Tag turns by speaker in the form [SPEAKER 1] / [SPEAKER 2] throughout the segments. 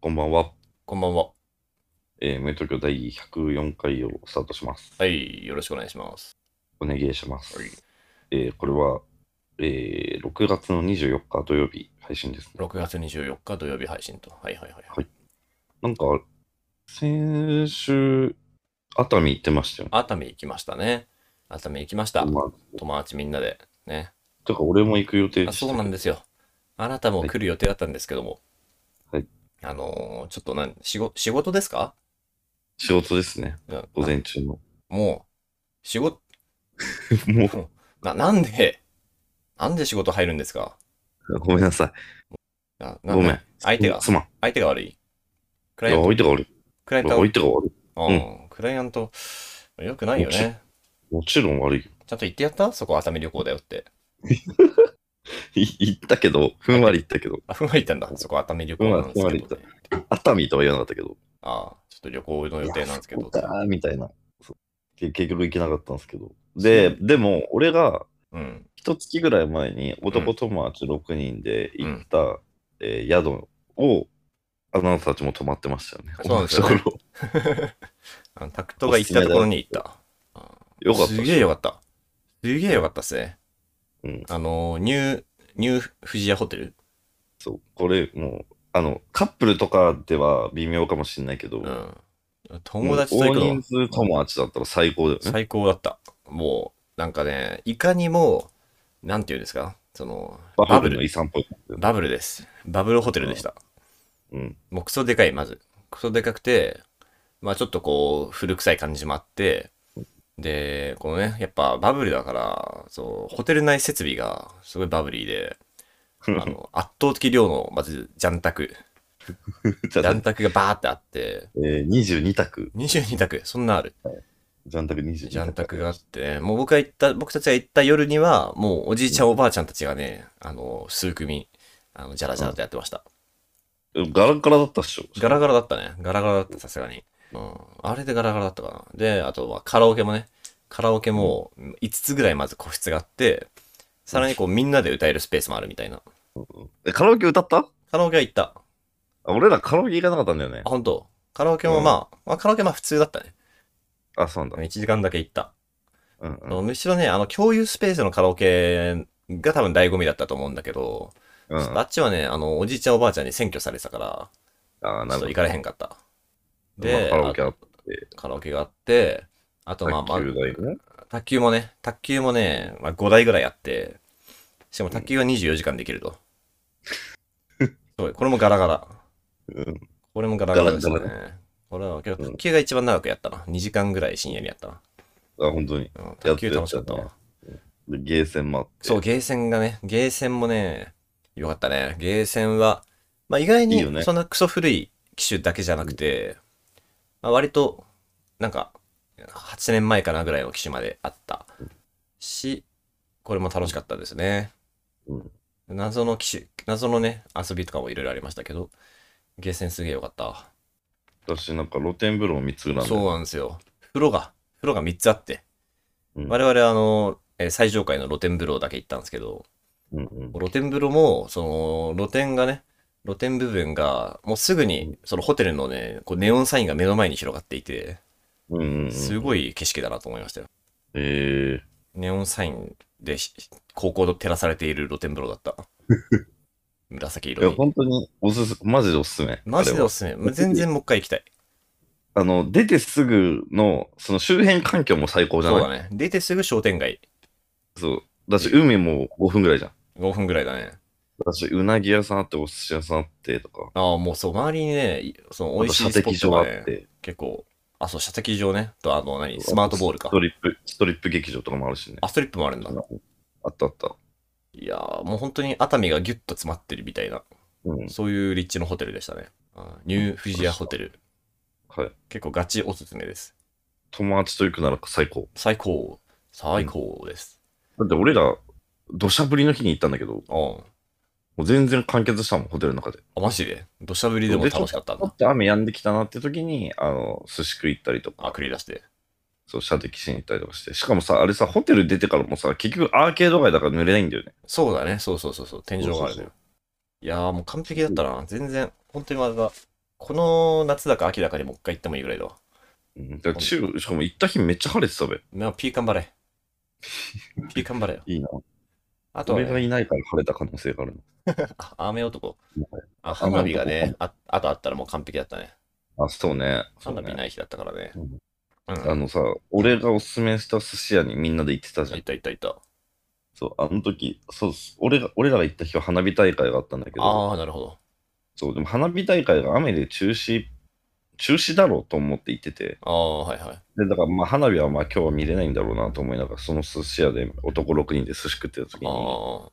[SPEAKER 1] こんばんは。
[SPEAKER 2] こんばんは。
[SPEAKER 1] えー、無東京第104回をスタートします。
[SPEAKER 2] はい、よろしくお願いします。
[SPEAKER 1] お願いします。
[SPEAKER 2] はい
[SPEAKER 1] えー、これは、えー、6月の24日土曜日配信ですね。
[SPEAKER 2] 6月24日土曜日配信と。はいはいはい。
[SPEAKER 1] なんか、先週、熱海行ってましたよね。
[SPEAKER 2] 熱海行きましたね。熱海行きました。
[SPEAKER 1] まあ、
[SPEAKER 2] 友達みんなで。ね。
[SPEAKER 1] てか、俺も行く予定で
[SPEAKER 2] あ
[SPEAKER 1] した。
[SPEAKER 2] そうなんですよ。あなたも来る予定だったんですけども。
[SPEAKER 1] はい。
[SPEAKER 2] あのーちょっと何、仕事、仕事ですか
[SPEAKER 1] 仕事ですね。
[SPEAKER 2] うん
[SPEAKER 1] 午前中の。
[SPEAKER 2] もう、仕事、
[SPEAKER 1] もう、
[SPEAKER 2] な、なんで、なんで仕事入るんですか
[SPEAKER 1] ごめんなさ
[SPEAKER 2] あ
[SPEAKER 1] い。
[SPEAKER 2] な
[SPEAKER 1] ごめん。
[SPEAKER 2] 相手が
[SPEAKER 1] す、まん。い
[SPEAKER 2] 相手が悪い。クライ
[SPEAKER 1] や、
[SPEAKER 2] アント、
[SPEAKER 1] 相手が悪い。
[SPEAKER 2] クライアント
[SPEAKER 1] 相手が悪い。
[SPEAKER 2] は、うん、クライアント、よくないよ
[SPEAKER 1] もちろ
[SPEAKER 2] ね。
[SPEAKER 1] もちろん悪いよ。
[SPEAKER 2] ちゃんと言ってやったそこ熱海旅行だよって。
[SPEAKER 1] い行ったけど、ふんわり行ったけど、
[SPEAKER 2] あ、ふんわり行ったんだ。そこ熱海旅行なんですけど、ね。
[SPEAKER 1] うんふんわり熱海とは言わなかったけど、
[SPEAKER 2] ああ、ちょっと旅行の予定なんですけ
[SPEAKER 1] いや
[SPEAKER 2] ど。
[SPEAKER 1] そうかみたいな。そうけ結局行けなかったんですけど。で、でも、俺が
[SPEAKER 2] うん。
[SPEAKER 1] 一月ぐらい前に男友達6人で行った、えー宿を、あなたたちも泊まってましたよね。
[SPEAKER 2] そうなんですよ
[SPEAKER 1] 同
[SPEAKER 2] ね
[SPEAKER 1] じとこ
[SPEAKER 2] あのタクトが行ったところに行った。
[SPEAKER 1] ろよかったっ
[SPEAKER 2] す
[SPEAKER 1] す。
[SPEAKER 2] げえよかった。すげえよかったっすね。
[SPEAKER 1] うん
[SPEAKER 2] あの、ニュー、ニュー富士屋ホテル。
[SPEAKER 1] そう、これもう、あの、カップルとかでは微妙かもしれないけど、
[SPEAKER 2] うん。
[SPEAKER 1] も
[SPEAKER 2] 友
[SPEAKER 1] う
[SPEAKER 2] 達と行く
[SPEAKER 1] 大
[SPEAKER 2] の
[SPEAKER 1] 人数友達だったら最高だよね。
[SPEAKER 2] 最高だった。もう、なんかね、いかにも、なんていうんですかその、
[SPEAKER 1] バブルの遺産っぽい。
[SPEAKER 2] バブルです。バブルホテルでした。
[SPEAKER 1] うん。
[SPEAKER 2] もうクソでかい、まず。クソでかくて、まあちょっとこう、古臭い感じもあって、で、このね、やっぱバブルだから、そう、ホテル内設備がすごいバブリーで、あの、圧倒的量の、まず、ジャンタク。
[SPEAKER 1] じ
[SPEAKER 2] ジ
[SPEAKER 1] ゃ
[SPEAKER 2] ャ
[SPEAKER 1] あ
[SPEAKER 2] ン、タクがバーってあって、
[SPEAKER 1] えー、22択。
[SPEAKER 2] 22択、そんなある。
[SPEAKER 1] ジャンタク22
[SPEAKER 2] ジャンタクがあって、もう僕が行った、僕たちが行った夜には、もうおじいちゃんおばあちゃんたちがね、あの、数組、あの、じゃらじゃらとやってました。
[SPEAKER 1] ガラガラだったっしょ。
[SPEAKER 2] ガラガラだったね。ガラガラだった、さすがに。うん。あれでガラガラだったかな。で、あとはカラオケもね。カラオケも5つぐらいまず個室があって、さらにこうみんなで歌えるスペースもあるみたいな。
[SPEAKER 1] え、カラオケ歌った
[SPEAKER 2] カラオケは行った。
[SPEAKER 1] あ俺らカラオケ行かなかったんだよね
[SPEAKER 2] あ、。本当カラオケもまあ、まあカラオケはまあ普通だったね。
[SPEAKER 1] あ、そうなんだ。
[SPEAKER 2] 1時間だけ行った。
[SPEAKER 1] うん
[SPEAKER 2] あ
[SPEAKER 1] うん
[SPEAKER 2] のむしろね、あの共有スペースのカラオケが多分醍醐味だったと思うんだけど、
[SPEAKER 1] うん。
[SPEAKER 2] ちょっとあ
[SPEAKER 1] あ
[SPEAKER 2] っちはね、あの、おじいちゃんおばあちゃんに占拠されてたから、
[SPEAKER 1] ー、なる
[SPEAKER 2] ちょっ
[SPEAKER 1] ほ
[SPEAKER 2] と
[SPEAKER 1] ど。
[SPEAKER 2] 行かれへんかった。
[SPEAKER 1] ま
[SPEAKER 2] で、
[SPEAKER 1] あカラオケあった
[SPEAKER 2] あカラオケがあって、あとまあまあ、
[SPEAKER 1] 卓球台ね。
[SPEAKER 2] 卓球もね、卓球もね、まあ、5台ぐらいあって、しかも卓球は24時間できると。すごい、これもガラガラ。
[SPEAKER 1] うん。
[SPEAKER 2] これもガラガラですね
[SPEAKER 1] ガラガ。
[SPEAKER 2] これは、けど
[SPEAKER 1] うん
[SPEAKER 2] 卓球が一番長くやったな。2時間ぐらい深夜にやったな。
[SPEAKER 1] あ、本当に。
[SPEAKER 2] うん、
[SPEAKER 1] た
[SPEAKER 2] 卓球楽しかった
[SPEAKER 1] やっ
[SPEAKER 2] わ。
[SPEAKER 1] で、ゲーセンもあって。
[SPEAKER 2] そう、ゲーセンがね、ゲーセンもね、よかったね。ゲーセンは、まあ意外
[SPEAKER 1] いいよね
[SPEAKER 2] にそんなクソ古い機種だけじゃなくて、まあ、割と、なんか、8年前かなぐらいの機種まであったし、これも楽しかったですね。
[SPEAKER 1] うん
[SPEAKER 2] 謎の機種、謎のね、遊びとかもいろいろありましたけど、ゲーセンすげえよかった。
[SPEAKER 1] 私、なんか露天風呂も3つぐらいあるんだ
[SPEAKER 2] そう
[SPEAKER 1] よ。
[SPEAKER 2] なんですよ。風呂が、風呂が3つあって、
[SPEAKER 1] うん
[SPEAKER 2] 我々あの、えー最上階の露天風呂だけ行ったんですけど、
[SPEAKER 1] うんうん。
[SPEAKER 2] 露天風呂も、その、露天がね、露天部分が、もうすぐに、そのホテルのね、こうネオンサインが目の前に広がっていて、
[SPEAKER 1] うんうんうん。
[SPEAKER 2] す
[SPEAKER 1] い。
[SPEAKER 2] ごい景色だなと思いましたよ。
[SPEAKER 1] え
[SPEAKER 2] ネオンサインでし、高校と照らされている露天風呂だった。 紫
[SPEAKER 1] ー。いや、
[SPEAKER 2] 色に。
[SPEAKER 1] 本当におすすめ、マジでおすすめ。
[SPEAKER 2] マジ
[SPEAKER 1] あ
[SPEAKER 2] で
[SPEAKER 1] れは
[SPEAKER 2] おすすめ。もう全然もう一回行きたい。
[SPEAKER 1] あの、出てすぐの、その周辺環境も最高じゃ
[SPEAKER 2] そう
[SPEAKER 1] ない
[SPEAKER 2] だね。出てすぐ商店街。
[SPEAKER 1] そう。だし、海も5分ぐらいじゃん。
[SPEAKER 2] 5分ぐらいだね。
[SPEAKER 1] だし、うなぎ屋さんあって、お寿司屋さんあってとか。
[SPEAKER 2] ああ、もうそう、周りにね、いその、
[SPEAKER 1] あ
[SPEAKER 2] 美
[SPEAKER 1] と
[SPEAKER 2] 味し
[SPEAKER 1] 射
[SPEAKER 2] いスポ
[SPEAKER 1] 的
[SPEAKER 2] ット
[SPEAKER 1] 場あ
[SPEAKER 2] が
[SPEAKER 1] っ
[SPEAKER 2] ね、
[SPEAKER 1] て。
[SPEAKER 2] 結構、あ、そう、射的場ね。と、あの、何、スマートボールか
[SPEAKER 1] ス。トリップ、ストリップ劇場とかもあるしね。
[SPEAKER 2] あ、ストリップもあるんだ。
[SPEAKER 1] あったあった。
[SPEAKER 2] いやー、もう本当に熱海がギュッと詰まってるみたいな、
[SPEAKER 1] うん。
[SPEAKER 2] そういう立地のホテルでしたね。あーニューフジヤホテル。
[SPEAKER 1] はい。
[SPEAKER 2] 結構ガチおすすめです。
[SPEAKER 1] 友達と行くなら最高。
[SPEAKER 2] 最高。最高です。
[SPEAKER 1] だって俺ら、土砂降りの日に行ったんだけど、も
[SPEAKER 2] うん。
[SPEAKER 1] う全然完結したもん、ホテルの中で。
[SPEAKER 2] あ、マジで土砂降りでも楽しかったん
[SPEAKER 1] ちょ
[SPEAKER 2] だ。
[SPEAKER 1] っと雨止んできたなって時に、あの、寿司食い行ったりと
[SPEAKER 2] あ、
[SPEAKER 1] か、
[SPEAKER 2] 繰り出して。
[SPEAKER 1] そう、射的しに行ったりとかして。しかもさ、あれさ、ホテル出てからもさ、結局アーケード街だから濡れないんだよね。
[SPEAKER 2] そうだね。そうそうそう。そう天井がある
[SPEAKER 1] そうそうそ
[SPEAKER 2] ね
[SPEAKER 1] う。
[SPEAKER 2] いやー、もう完璧だったな。全然、本当にまだ、この夏だか秋だかでもう一回行ってもいいぐらいだわ。
[SPEAKER 1] うんだから中国、しかも行った日めっちゃ晴れてたべ。
[SPEAKER 2] まあ、ピーカンバレー。ピーカンバレーよ。
[SPEAKER 1] いいな。
[SPEAKER 2] あとは、
[SPEAKER 1] 俺が
[SPEAKER 2] ね、
[SPEAKER 1] いないから晴れた可能性がある
[SPEAKER 2] あ雨男。あ、
[SPEAKER 1] 雨男
[SPEAKER 2] 花火がね、ああとあったらもう完璧だったね。
[SPEAKER 1] の。あ、そうね。そう
[SPEAKER 2] 花
[SPEAKER 1] ね
[SPEAKER 2] 火ない日だったからね。
[SPEAKER 1] う
[SPEAKER 2] うんん。
[SPEAKER 1] あのさ、俺がおすすめした寿司屋にみんなで行ってたじゃ
[SPEAKER 2] い
[SPEAKER 1] ん。
[SPEAKER 2] たいたいた。
[SPEAKER 1] そう、あの時、そうっす俺が、俺らが行った日は花火大会があったんだけど、
[SPEAKER 2] ああ、なるほど。
[SPEAKER 1] そう、でも花火大会が雨で中止、中止だろうと思って行ってて、
[SPEAKER 2] ああ、はいはい。
[SPEAKER 1] で、だからまあ花火はまあ今日は見れないんだろうなと思いながら、その寿司屋で男6人で寿司食ってた時に、
[SPEAKER 2] あ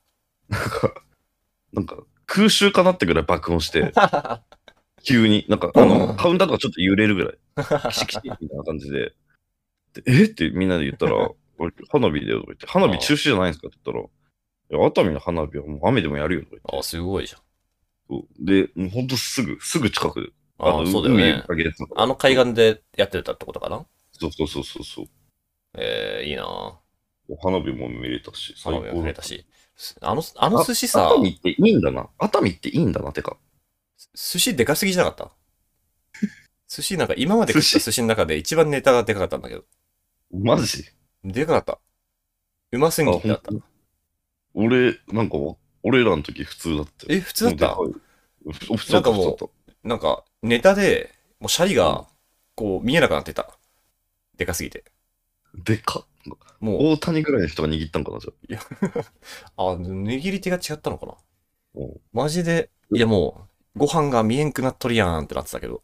[SPEAKER 1] なんか空襲かなってぐらい爆音して、
[SPEAKER 2] あ。
[SPEAKER 1] 急に、なんかあの、カウンターとかちょっと揺れるぐらい。キシキシみたいな感じで、でえってみんなで言ったら、 俺花火だよとか言って、花火中止じゃないんですかって言ったら、いや熱海の花火はもう雨でもやるよとか言
[SPEAKER 2] あ、
[SPEAKER 1] って
[SPEAKER 2] すごいじゃん。
[SPEAKER 1] そう、で、もうほんとすぐ、すぐ近くで、
[SPEAKER 2] あ
[SPEAKER 1] の
[SPEAKER 2] あ、そうだよね
[SPEAKER 1] 海。かけてたから
[SPEAKER 2] あの海岸でやってたってことかな
[SPEAKER 1] そうそうそうそうそう。
[SPEAKER 2] ええいいなぁ。
[SPEAKER 1] 花火も見れたし、
[SPEAKER 2] 花火も触れ
[SPEAKER 1] だ
[SPEAKER 2] たし。すあの、あの寿司さ、
[SPEAKER 1] 熱海っていいんだな。熱海っていいんだな、てか。
[SPEAKER 2] 寿司でかすぎじゃなかった 寿司なんか今まで食った寿司の中で一番ネタがでかかったんだけど。
[SPEAKER 1] マジ
[SPEAKER 2] でかかった。うます
[SPEAKER 1] あ
[SPEAKER 2] ぎて
[SPEAKER 1] 本
[SPEAKER 2] だった
[SPEAKER 1] 当。俺、なんかわ、俺らの時普通だったよ。
[SPEAKER 2] え、普通だった
[SPEAKER 1] もうでかいふ普通だった、
[SPEAKER 2] なんか
[SPEAKER 1] 普通
[SPEAKER 2] もう
[SPEAKER 1] だった。
[SPEAKER 2] なんか、ネタで、もうシャリ
[SPEAKER 1] うん
[SPEAKER 2] が、こう、見えなくなってた。でかすぎて。
[SPEAKER 1] でかっ。
[SPEAKER 2] もう、
[SPEAKER 1] 大谷ぐらいの人が握ったんかな、じゃあ。
[SPEAKER 2] あ、握り手が違ったのかな
[SPEAKER 1] うん
[SPEAKER 2] マジで、いやもう、ご飯が見えんくなっとるやんってなってたけど。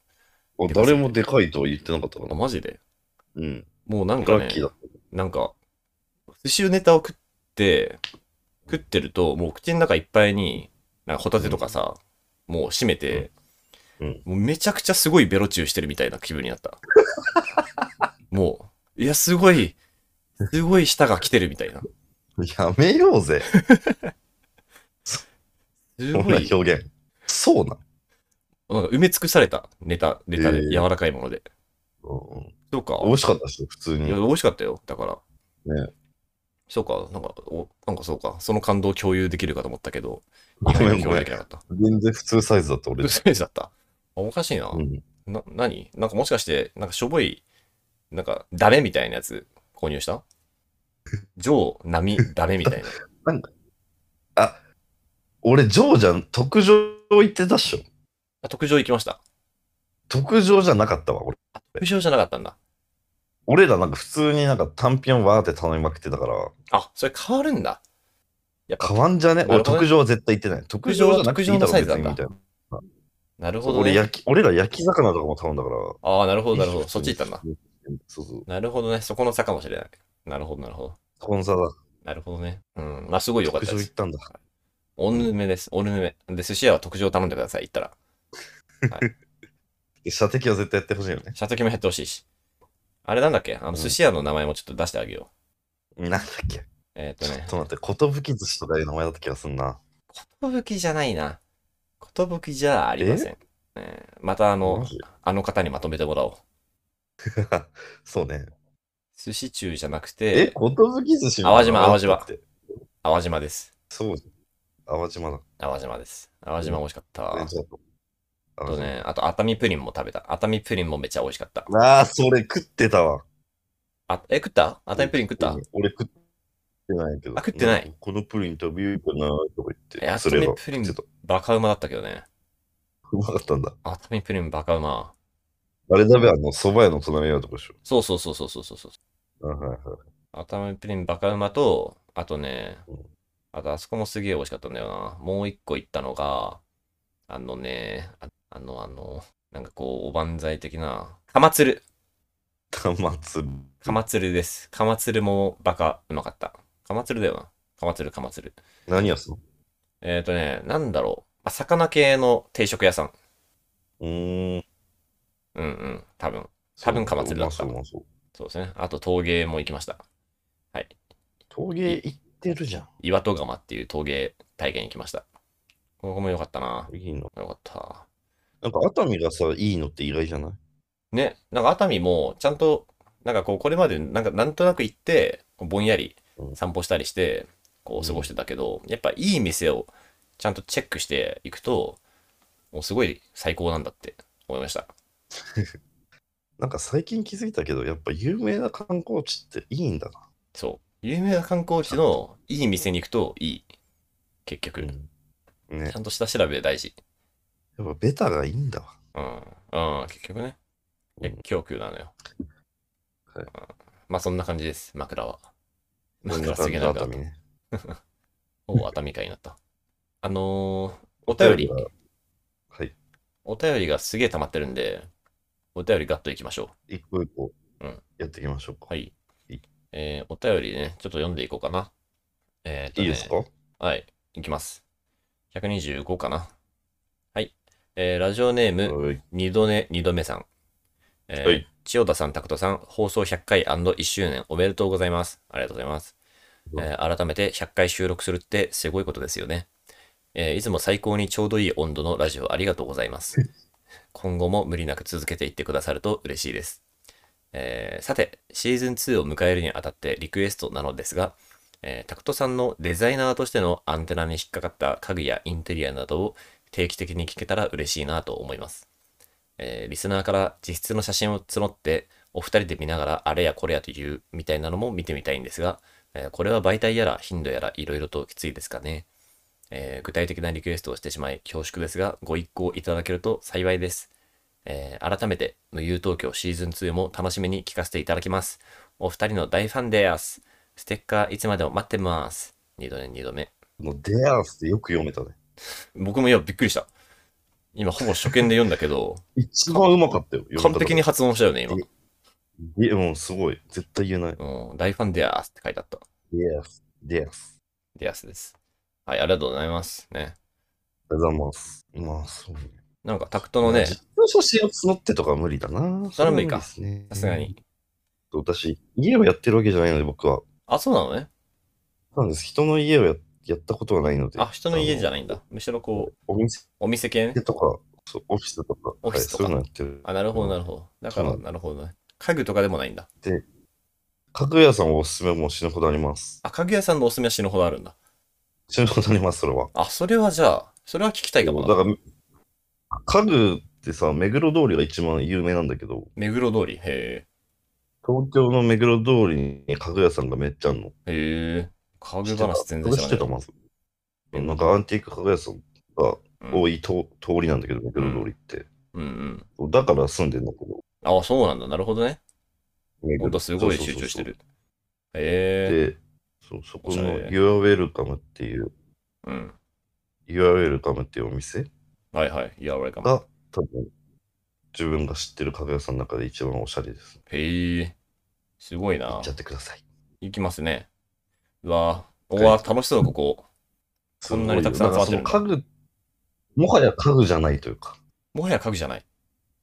[SPEAKER 1] あ
[SPEAKER 2] でかすぎて
[SPEAKER 1] 誰もでかいとは言ってなかったか
[SPEAKER 2] あ
[SPEAKER 1] な。
[SPEAKER 2] マジで
[SPEAKER 1] うん。
[SPEAKER 2] もうなんか
[SPEAKER 1] ラ
[SPEAKER 2] ね
[SPEAKER 1] ッ、キーだっ
[SPEAKER 2] なんか、寿司ネタを食って、食ってると、もう口の中いっぱいに、なんかホタテとかさ、もう締めて、
[SPEAKER 1] うんうん
[SPEAKER 2] もうめちゃくちゃすごいベロチューしてるみたいな気分になった。 もう、いや、すごい、すごい舌が来てるみた いな。
[SPEAKER 1] た。やめようぜ、
[SPEAKER 2] す
[SPEAKER 1] こ
[SPEAKER 2] ご、
[SPEAKER 1] んない表現。そうなん。
[SPEAKER 2] なんか埋め尽くされたネタ、ネタ
[SPEAKER 1] え
[SPEAKER 2] で、
[SPEAKER 1] ー
[SPEAKER 2] 柔らかいもので。
[SPEAKER 1] うん
[SPEAKER 2] そうか。
[SPEAKER 1] 美味しかったですよ、普通
[SPEAKER 2] いや、
[SPEAKER 1] に。
[SPEAKER 2] 美味しかったよ。だから。
[SPEAKER 1] ね
[SPEAKER 2] そうか、なんか、おなんかそうか、その感動を共有できるかと思ったけど、
[SPEAKER 1] ごめんごめ
[SPEAKER 2] 共有
[SPEAKER 1] ん
[SPEAKER 2] でき。なかった。
[SPEAKER 1] 全然普通サイズだった、
[SPEAKER 2] う
[SPEAKER 1] 俺
[SPEAKER 2] る。さいやつだった。あおかしいな。
[SPEAKER 1] うん。
[SPEAKER 2] な、何なんかもしかして、なんかしょぼい、なんか、ダメみたいなやつ購 入した上、波、ダメみたいな。
[SPEAKER 1] 俺、ジョージャン、特上行ってたっしょ。
[SPEAKER 2] あ、特上行きました。
[SPEAKER 1] 特上じゃなかったわ、俺。
[SPEAKER 2] 特上じゃなかったんだ。
[SPEAKER 1] 俺らなんか普通になんか単品わーって頼みまくってたから、
[SPEAKER 2] あ、それ変わるんだ。やっぱ
[SPEAKER 1] 変、わんじゃね
[SPEAKER 2] なる
[SPEAKER 1] 俺
[SPEAKER 2] ほどね
[SPEAKER 1] 特上は絶対行ってない。特上じゃなくていいだろ、別
[SPEAKER 2] 特上のサイズだった
[SPEAKER 1] にみたいな。
[SPEAKER 2] なるほど
[SPEAKER 1] 俺
[SPEAKER 2] ね。
[SPEAKER 1] 焼き、俺ら焼き魚とかも頼んだから。
[SPEAKER 2] ああ、なるほど、なるほど。そっち行ったんだ。。
[SPEAKER 1] そうそう。
[SPEAKER 2] なるほどね。そこの差かもしれない。なるほど、なるほど。
[SPEAKER 1] スポンサーだ。
[SPEAKER 2] なるほどね。うん。まあ、すごい良かっ
[SPEAKER 1] 特
[SPEAKER 2] た
[SPEAKER 1] 上
[SPEAKER 2] で
[SPEAKER 1] 行
[SPEAKER 2] す
[SPEAKER 1] っ。たんだ。
[SPEAKER 2] おぬめです。おぬめ。で、寿司屋は特上頼んでください。行ったら。
[SPEAKER 1] 射的は絶対やってほしいよね。
[SPEAKER 2] シャトキもやってほしいし。あれなんだっけあ
[SPEAKER 1] うん
[SPEAKER 2] の、寿司屋の名前もちょっと出してあげよ
[SPEAKER 1] なんだっけ
[SPEAKER 2] う。えーっと
[SPEAKER 1] ちょ
[SPEAKER 2] ね
[SPEAKER 1] っ。と待って、寿寿司とかいう名前だった気がすんな。
[SPEAKER 2] 寿じゃないな。寿じゃありません。えーまたあ
[SPEAKER 1] マ
[SPEAKER 2] の
[SPEAKER 1] ジ、
[SPEAKER 2] あの方にまとめてもらおう。
[SPEAKER 1] そうね。
[SPEAKER 2] 寿司中じゃなく
[SPEAKER 1] え、
[SPEAKER 2] て、
[SPEAKER 1] 寿寿司の
[SPEAKER 2] 淡島
[SPEAKER 1] 名前だったっけ。
[SPEAKER 2] 淡島です。
[SPEAKER 1] そうじゃん。淡島だ。
[SPEAKER 2] 淡島です。淡島美味しかった。
[SPEAKER 1] レンジだと
[SPEAKER 2] あ
[SPEAKER 1] 淡
[SPEAKER 2] と
[SPEAKER 1] 島
[SPEAKER 2] ね、あと熱海プリンも食べた。熱海プリンもめっちゃ美味しかった。
[SPEAKER 1] ああ、それ食ってたわ。
[SPEAKER 2] あえ、食った熱海プリン食った
[SPEAKER 1] うん俺食ってないけど。
[SPEAKER 2] あ食ってない
[SPEAKER 1] んかこのプリン食べようかなとか言って。
[SPEAKER 2] え
[SPEAKER 1] それは
[SPEAKER 2] 熱海プリン
[SPEAKER 1] 食ってた
[SPEAKER 2] バカうまだったけどね。
[SPEAKER 1] うまかったんだ。
[SPEAKER 2] 熱海プリンバカうま。
[SPEAKER 1] あれだべ、あの、蕎麦屋の隣のとこでしょ。
[SPEAKER 2] そうそうそうそうそうそうそう。
[SPEAKER 1] うんはいはい
[SPEAKER 2] 熱海プリンバカうまと、あとね
[SPEAKER 1] うん、
[SPEAKER 2] あとあそこもすげえ美味しかったんだよな。もう一個行ったのが、あのね、ああのあの、なんかこう、おばんざい的な、かまつる。
[SPEAKER 1] 玉つる。
[SPEAKER 2] かまつるです。かまつるもバカうまかった。かまつるだよな。かまつるかまつる。
[SPEAKER 1] 何やすの
[SPEAKER 2] えっ、ー、とね、なんだろう。まあ、魚系の定食屋さん。
[SPEAKER 1] うーん。
[SPEAKER 2] うんうん、多分。多分
[SPEAKER 1] ま
[SPEAKER 2] 鎌
[SPEAKER 1] つ
[SPEAKER 2] 鶴
[SPEAKER 1] るだ
[SPEAKER 2] だっ
[SPEAKER 1] ったた。うまそううまそう
[SPEAKER 2] そうですね。あと陶芸も行きました。
[SPEAKER 1] 陶芸行ってるじゃん。
[SPEAKER 2] 岩戸釜っていう陶芸体験行きました。ここも良かったな。
[SPEAKER 1] いいの。
[SPEAKER 2] 良かった。
[SPEAKER 1] なんか熱海がさ、いいのって意外じゃない
[SPEAKER 2] ね、なんか熱海もちゃんと、なんかこう、これまでなんかなんとなく行って、こうぼんやり
[SPEAKER 1] うん
[SPEAKER 2] 散歩したりして、こう過ごしてたけど、やっぱいい店をちゃんとチェックしていくと、もうすごい最高なんだって思いました。
[SPEAKER 1] なんか最近気づいたけど、やっぱ有名な観光地っていいんだな。
[SPEAKER 2] そう。有名な観光地のいい店に行くといい。結局。ち
[SPEAKER 1] ね
[SPEAKER 2] ゃ。んとした調べ大事。
[SPEAKER 1] やっぱベタがいいんだわ。
[SPEAKER 2] うん。うん、結局ね。
[SPEAKER 1] うん
[SPEAKER 2] 結局なのよ。
[SPEAKER 1] はい
[SPEAKER 2] うんまあそんな感じです、枕は。
[SPEAKER 1] こんな感
[SPEAKER 2] 枕す
[SPEAKER 1] じ
[SPEAKER 2] げえ
[SPEAKER 1] の
[SPEAKER 2] 長か
[SPEAKER 1] 熱
[SPEAKER 2] った
[SPEAKER 1] 海。ね。
[SPEAKER 2] お熱海会になった。あのー、お便り
[SPEAKER 1] お、便ははい。
[SPEAKER 2] お便りがすげえ溜まってるんで、お便りガッといきましょ
[SPEAKER 1] 一個一個
[SPEAKER 2] うん
[SPEAKER 1] やっていきましょうか。
[SPEAKER 2] う。はい
[SPEAKER 1] はい。
[SPEAKER 2] えー、お便りね、ちょっと読んでいこうかな。えーと
[SPEAKER 1] い
[SPEAKER 2] ね
[SPEAKER 1] いですか
[SPEAKER 2] はい、いきます。125かな。はい。えーラジオネーム、
[SPEAKER 1] はい
[SPEAKER 2] 二度寝、二度目さん。えー
[SPEAKER 1] はい
[SPEAKER 2] 千代田さん、拓人さん、放送100回 &1 周年おめでとうございます。ありがとうございます。
[SPEAKER 1] うん
[SPEAKER 2] えー改めて100回収録するってすごいことですよね。えーいつも最高にちょうどいい温度のラジオありがとうござ います。今後も無理なく続けていってくださると嬉しいです。えーさて、シーズン2を迎えるにあたってリクエストなのですが、えータクトさんのデザイナーとしてのアンテナに引っかかった家具やインテリアなどを定期的に聞けたら嬉しいなと思います。えーリスナーから実質の写真を募って、お二人で見ながらあれやこれやというみたいなのも見てみたいんですが、えーこれは媒体やら頻度やらいろいろときついですかね。えー具体的なリクエストをしてしまい恐縮ですが、ご一行いただけると幸いです。えー改めて、無憂東京シーズン2も楽しみに聞かせていただきます。お二人の大ファンです。ステッカーいつまでも待ってます。二度目二度目。
[SPEAKER 1] もうデアースってよく読めたね。
[SPEAKER 2] 僕もいや、びっくりした。今、ほぼ初見で読んだけど、
[SPEAKER 1] 一番うまかったよ。
[SPEAKER 2] 完璧に発音したよね、今。
[SPEAKER 1] いや、もうすごい。絶対言えない。
[SPEAKER 2] うん、大ファンデアースって書いてあった。
[SPEAKER 1] デアース。デアース。
[SPEAKER 2] デアースです。はい、ありがとうございます。ね。
[SPEAKER 1] ありがとうございます。まあ、そうね。
[SPEAKER 2] なんかタクトのね、
[SPEAKER 1] 実際写真を募ってとかは無理だな。
[SPEAKER 2] それは無理か
[SPEAKER 1] それは無理ですね
[SPEAKER 2] さすが。に。
[SPEAKER 1] 私、家をやってるわけじゃないので、僕は。
[SPEAKER 2] あ、そうなのね。
[SPEAKER 1] そうなんです。人の家をややったことがないので。
[SPEAKER 2] あ、人の家じゃ
[SPEAKER 1] い。
[SPEAKER 2] ないんだ。むしろこう、
[SPEAKER 1] お店
[SPEAKER 2] お店系ね。
[SPEAKER 1] とか、そうオフィスとか、
[SPEAKER 2] オフィスとか
[SPEAKER 1] はい、そういうのやってる。
[SPEAKER 2] あ、なるほど、なるほど。だか
[SPEAKER 1] そう
[SPEAKER 2] ら、
[SPEAKER 1] なん
[SPEAKER 2] なるほどね。家具とかでもないんだ。
[SPEAKER 1] 家具屋さんはおすすめも死ぬほどあります。
[SPEAKER 2] あ、家具屋さんのおすすめは死ぬほどあるんだ。
[SPEAKER 1] 死ぬほどあります、それは。
[SPEAKER 2] あ、それはじゃあ、それは聞きたいかも
[SPEAKER 1] だ
[SPEAKER 2] な。
[SPEAKER 1] から、家具ってさ、目黒通りが一番有名なんだけど、
[SPEAKER 2] 目黒通り。へ
[SPEAKER 1] 東京の目黒通りに家具屋さんがめっちゃあるの。
[SPEAKER 2] え。へえ。家具話全然知
[SPEAKER 1] 知
[SPEAKER 2] ら
[SPEAKER 1] って
[SPEAKER 2] な
[SPEAKER 1] た、
[SPEAKER 2] い。
[SPEAKER 1] まず。なんかアンティーク家具屋さんが多いと、通りなんだけど、目黒通りって。
[SPEAKER 2] うんうん。
[SPEAKER 1] だから住んでんだけど、
[SPEAKER 2] あ、そうなんだ。なるほどね。
[SPEAKER 1] 目
[SPEAKER 2] ほ
[SPEAKER 1] 黒
[SPEAKER 2] んとすごい集中してる。へえ。
[SPEAKER 1] で、そうそこ
[SPEAKER 2] おし
[SPEAKER 1] の
[SPEAKER 2] ゃれ
[SPEAKER 1] Your Welcome っていう、
[SPEAKER 2] うん。
[SPEAKER 1] Your Welcome っていうお店
[SPEAKER 2] はいはい。いや、俺かも。
[SPEAKER 1] が多分自分が知ってる家具屋さんの中で一番おしゃれです。
[SPEAKER 2] へえ。すごい
[SPEAKER 1] 行
[SPEAKER 2] な
[SPEAKER 1] っちゃ。ってください。
[SPEAKER 2] 行きますね。うわぁ。うわぁ、楽しそう、ここ。そんなにたくさん集まってるん
[SPEAKER 1] だ
[SPEAKER 2] だ
[SPEAKER 1] からその家具、もはや家具じゃないというか、
[SPEAKER 2] もはや家具じゃない。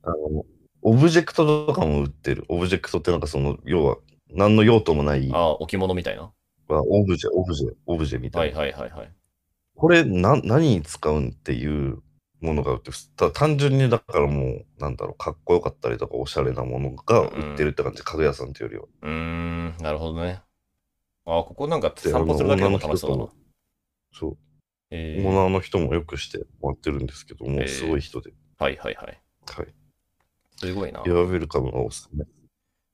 [SPEAKER 1] あの、オブジェクトとかも売ってる。オブジェクトってなんかその、要は何の用途もない、
[SPEAKER 2] ああ、置物みたいな。
[SPEAKER 1] まあオブジェ、オブジェ、オブジェみたいな。
[SPEAKER 2] はいはいはいはい。
[SPEAKER 1] これな、何に使うんっていうものが売ってる。ただ単純にだからもう、なんだろう、かっこよかったりとか、おしゃれなものが売ってるって感じ、家具屋さんっていうよ
[SPEAKER 2] うーん、なるほどね。ああ、ここなんか
[SPEAKER 1] りは。
[SPEAKER 2] 散歩するだけでも楽しそうだ
[SPEAKER 1] であの女の人とも。
[SPEAKER 2] な
[SPEAKER 1] そう、
[SPEAKER 2] え
[SPEAKER 1] オ
[SPEAKER 2] ー
[SPEAKER 1] ーナーの人もよくしてもらってるんですけど、も
[SPEAKER 2] えー
[SPEAKER 1] うすごい人で。
[SPEAKER 2] はいはいはい。
[SPEAKER 1] はい。
[SPEAKER 2] すごいな。
[SPEAKER 1] エアウェルカムがおすすめ。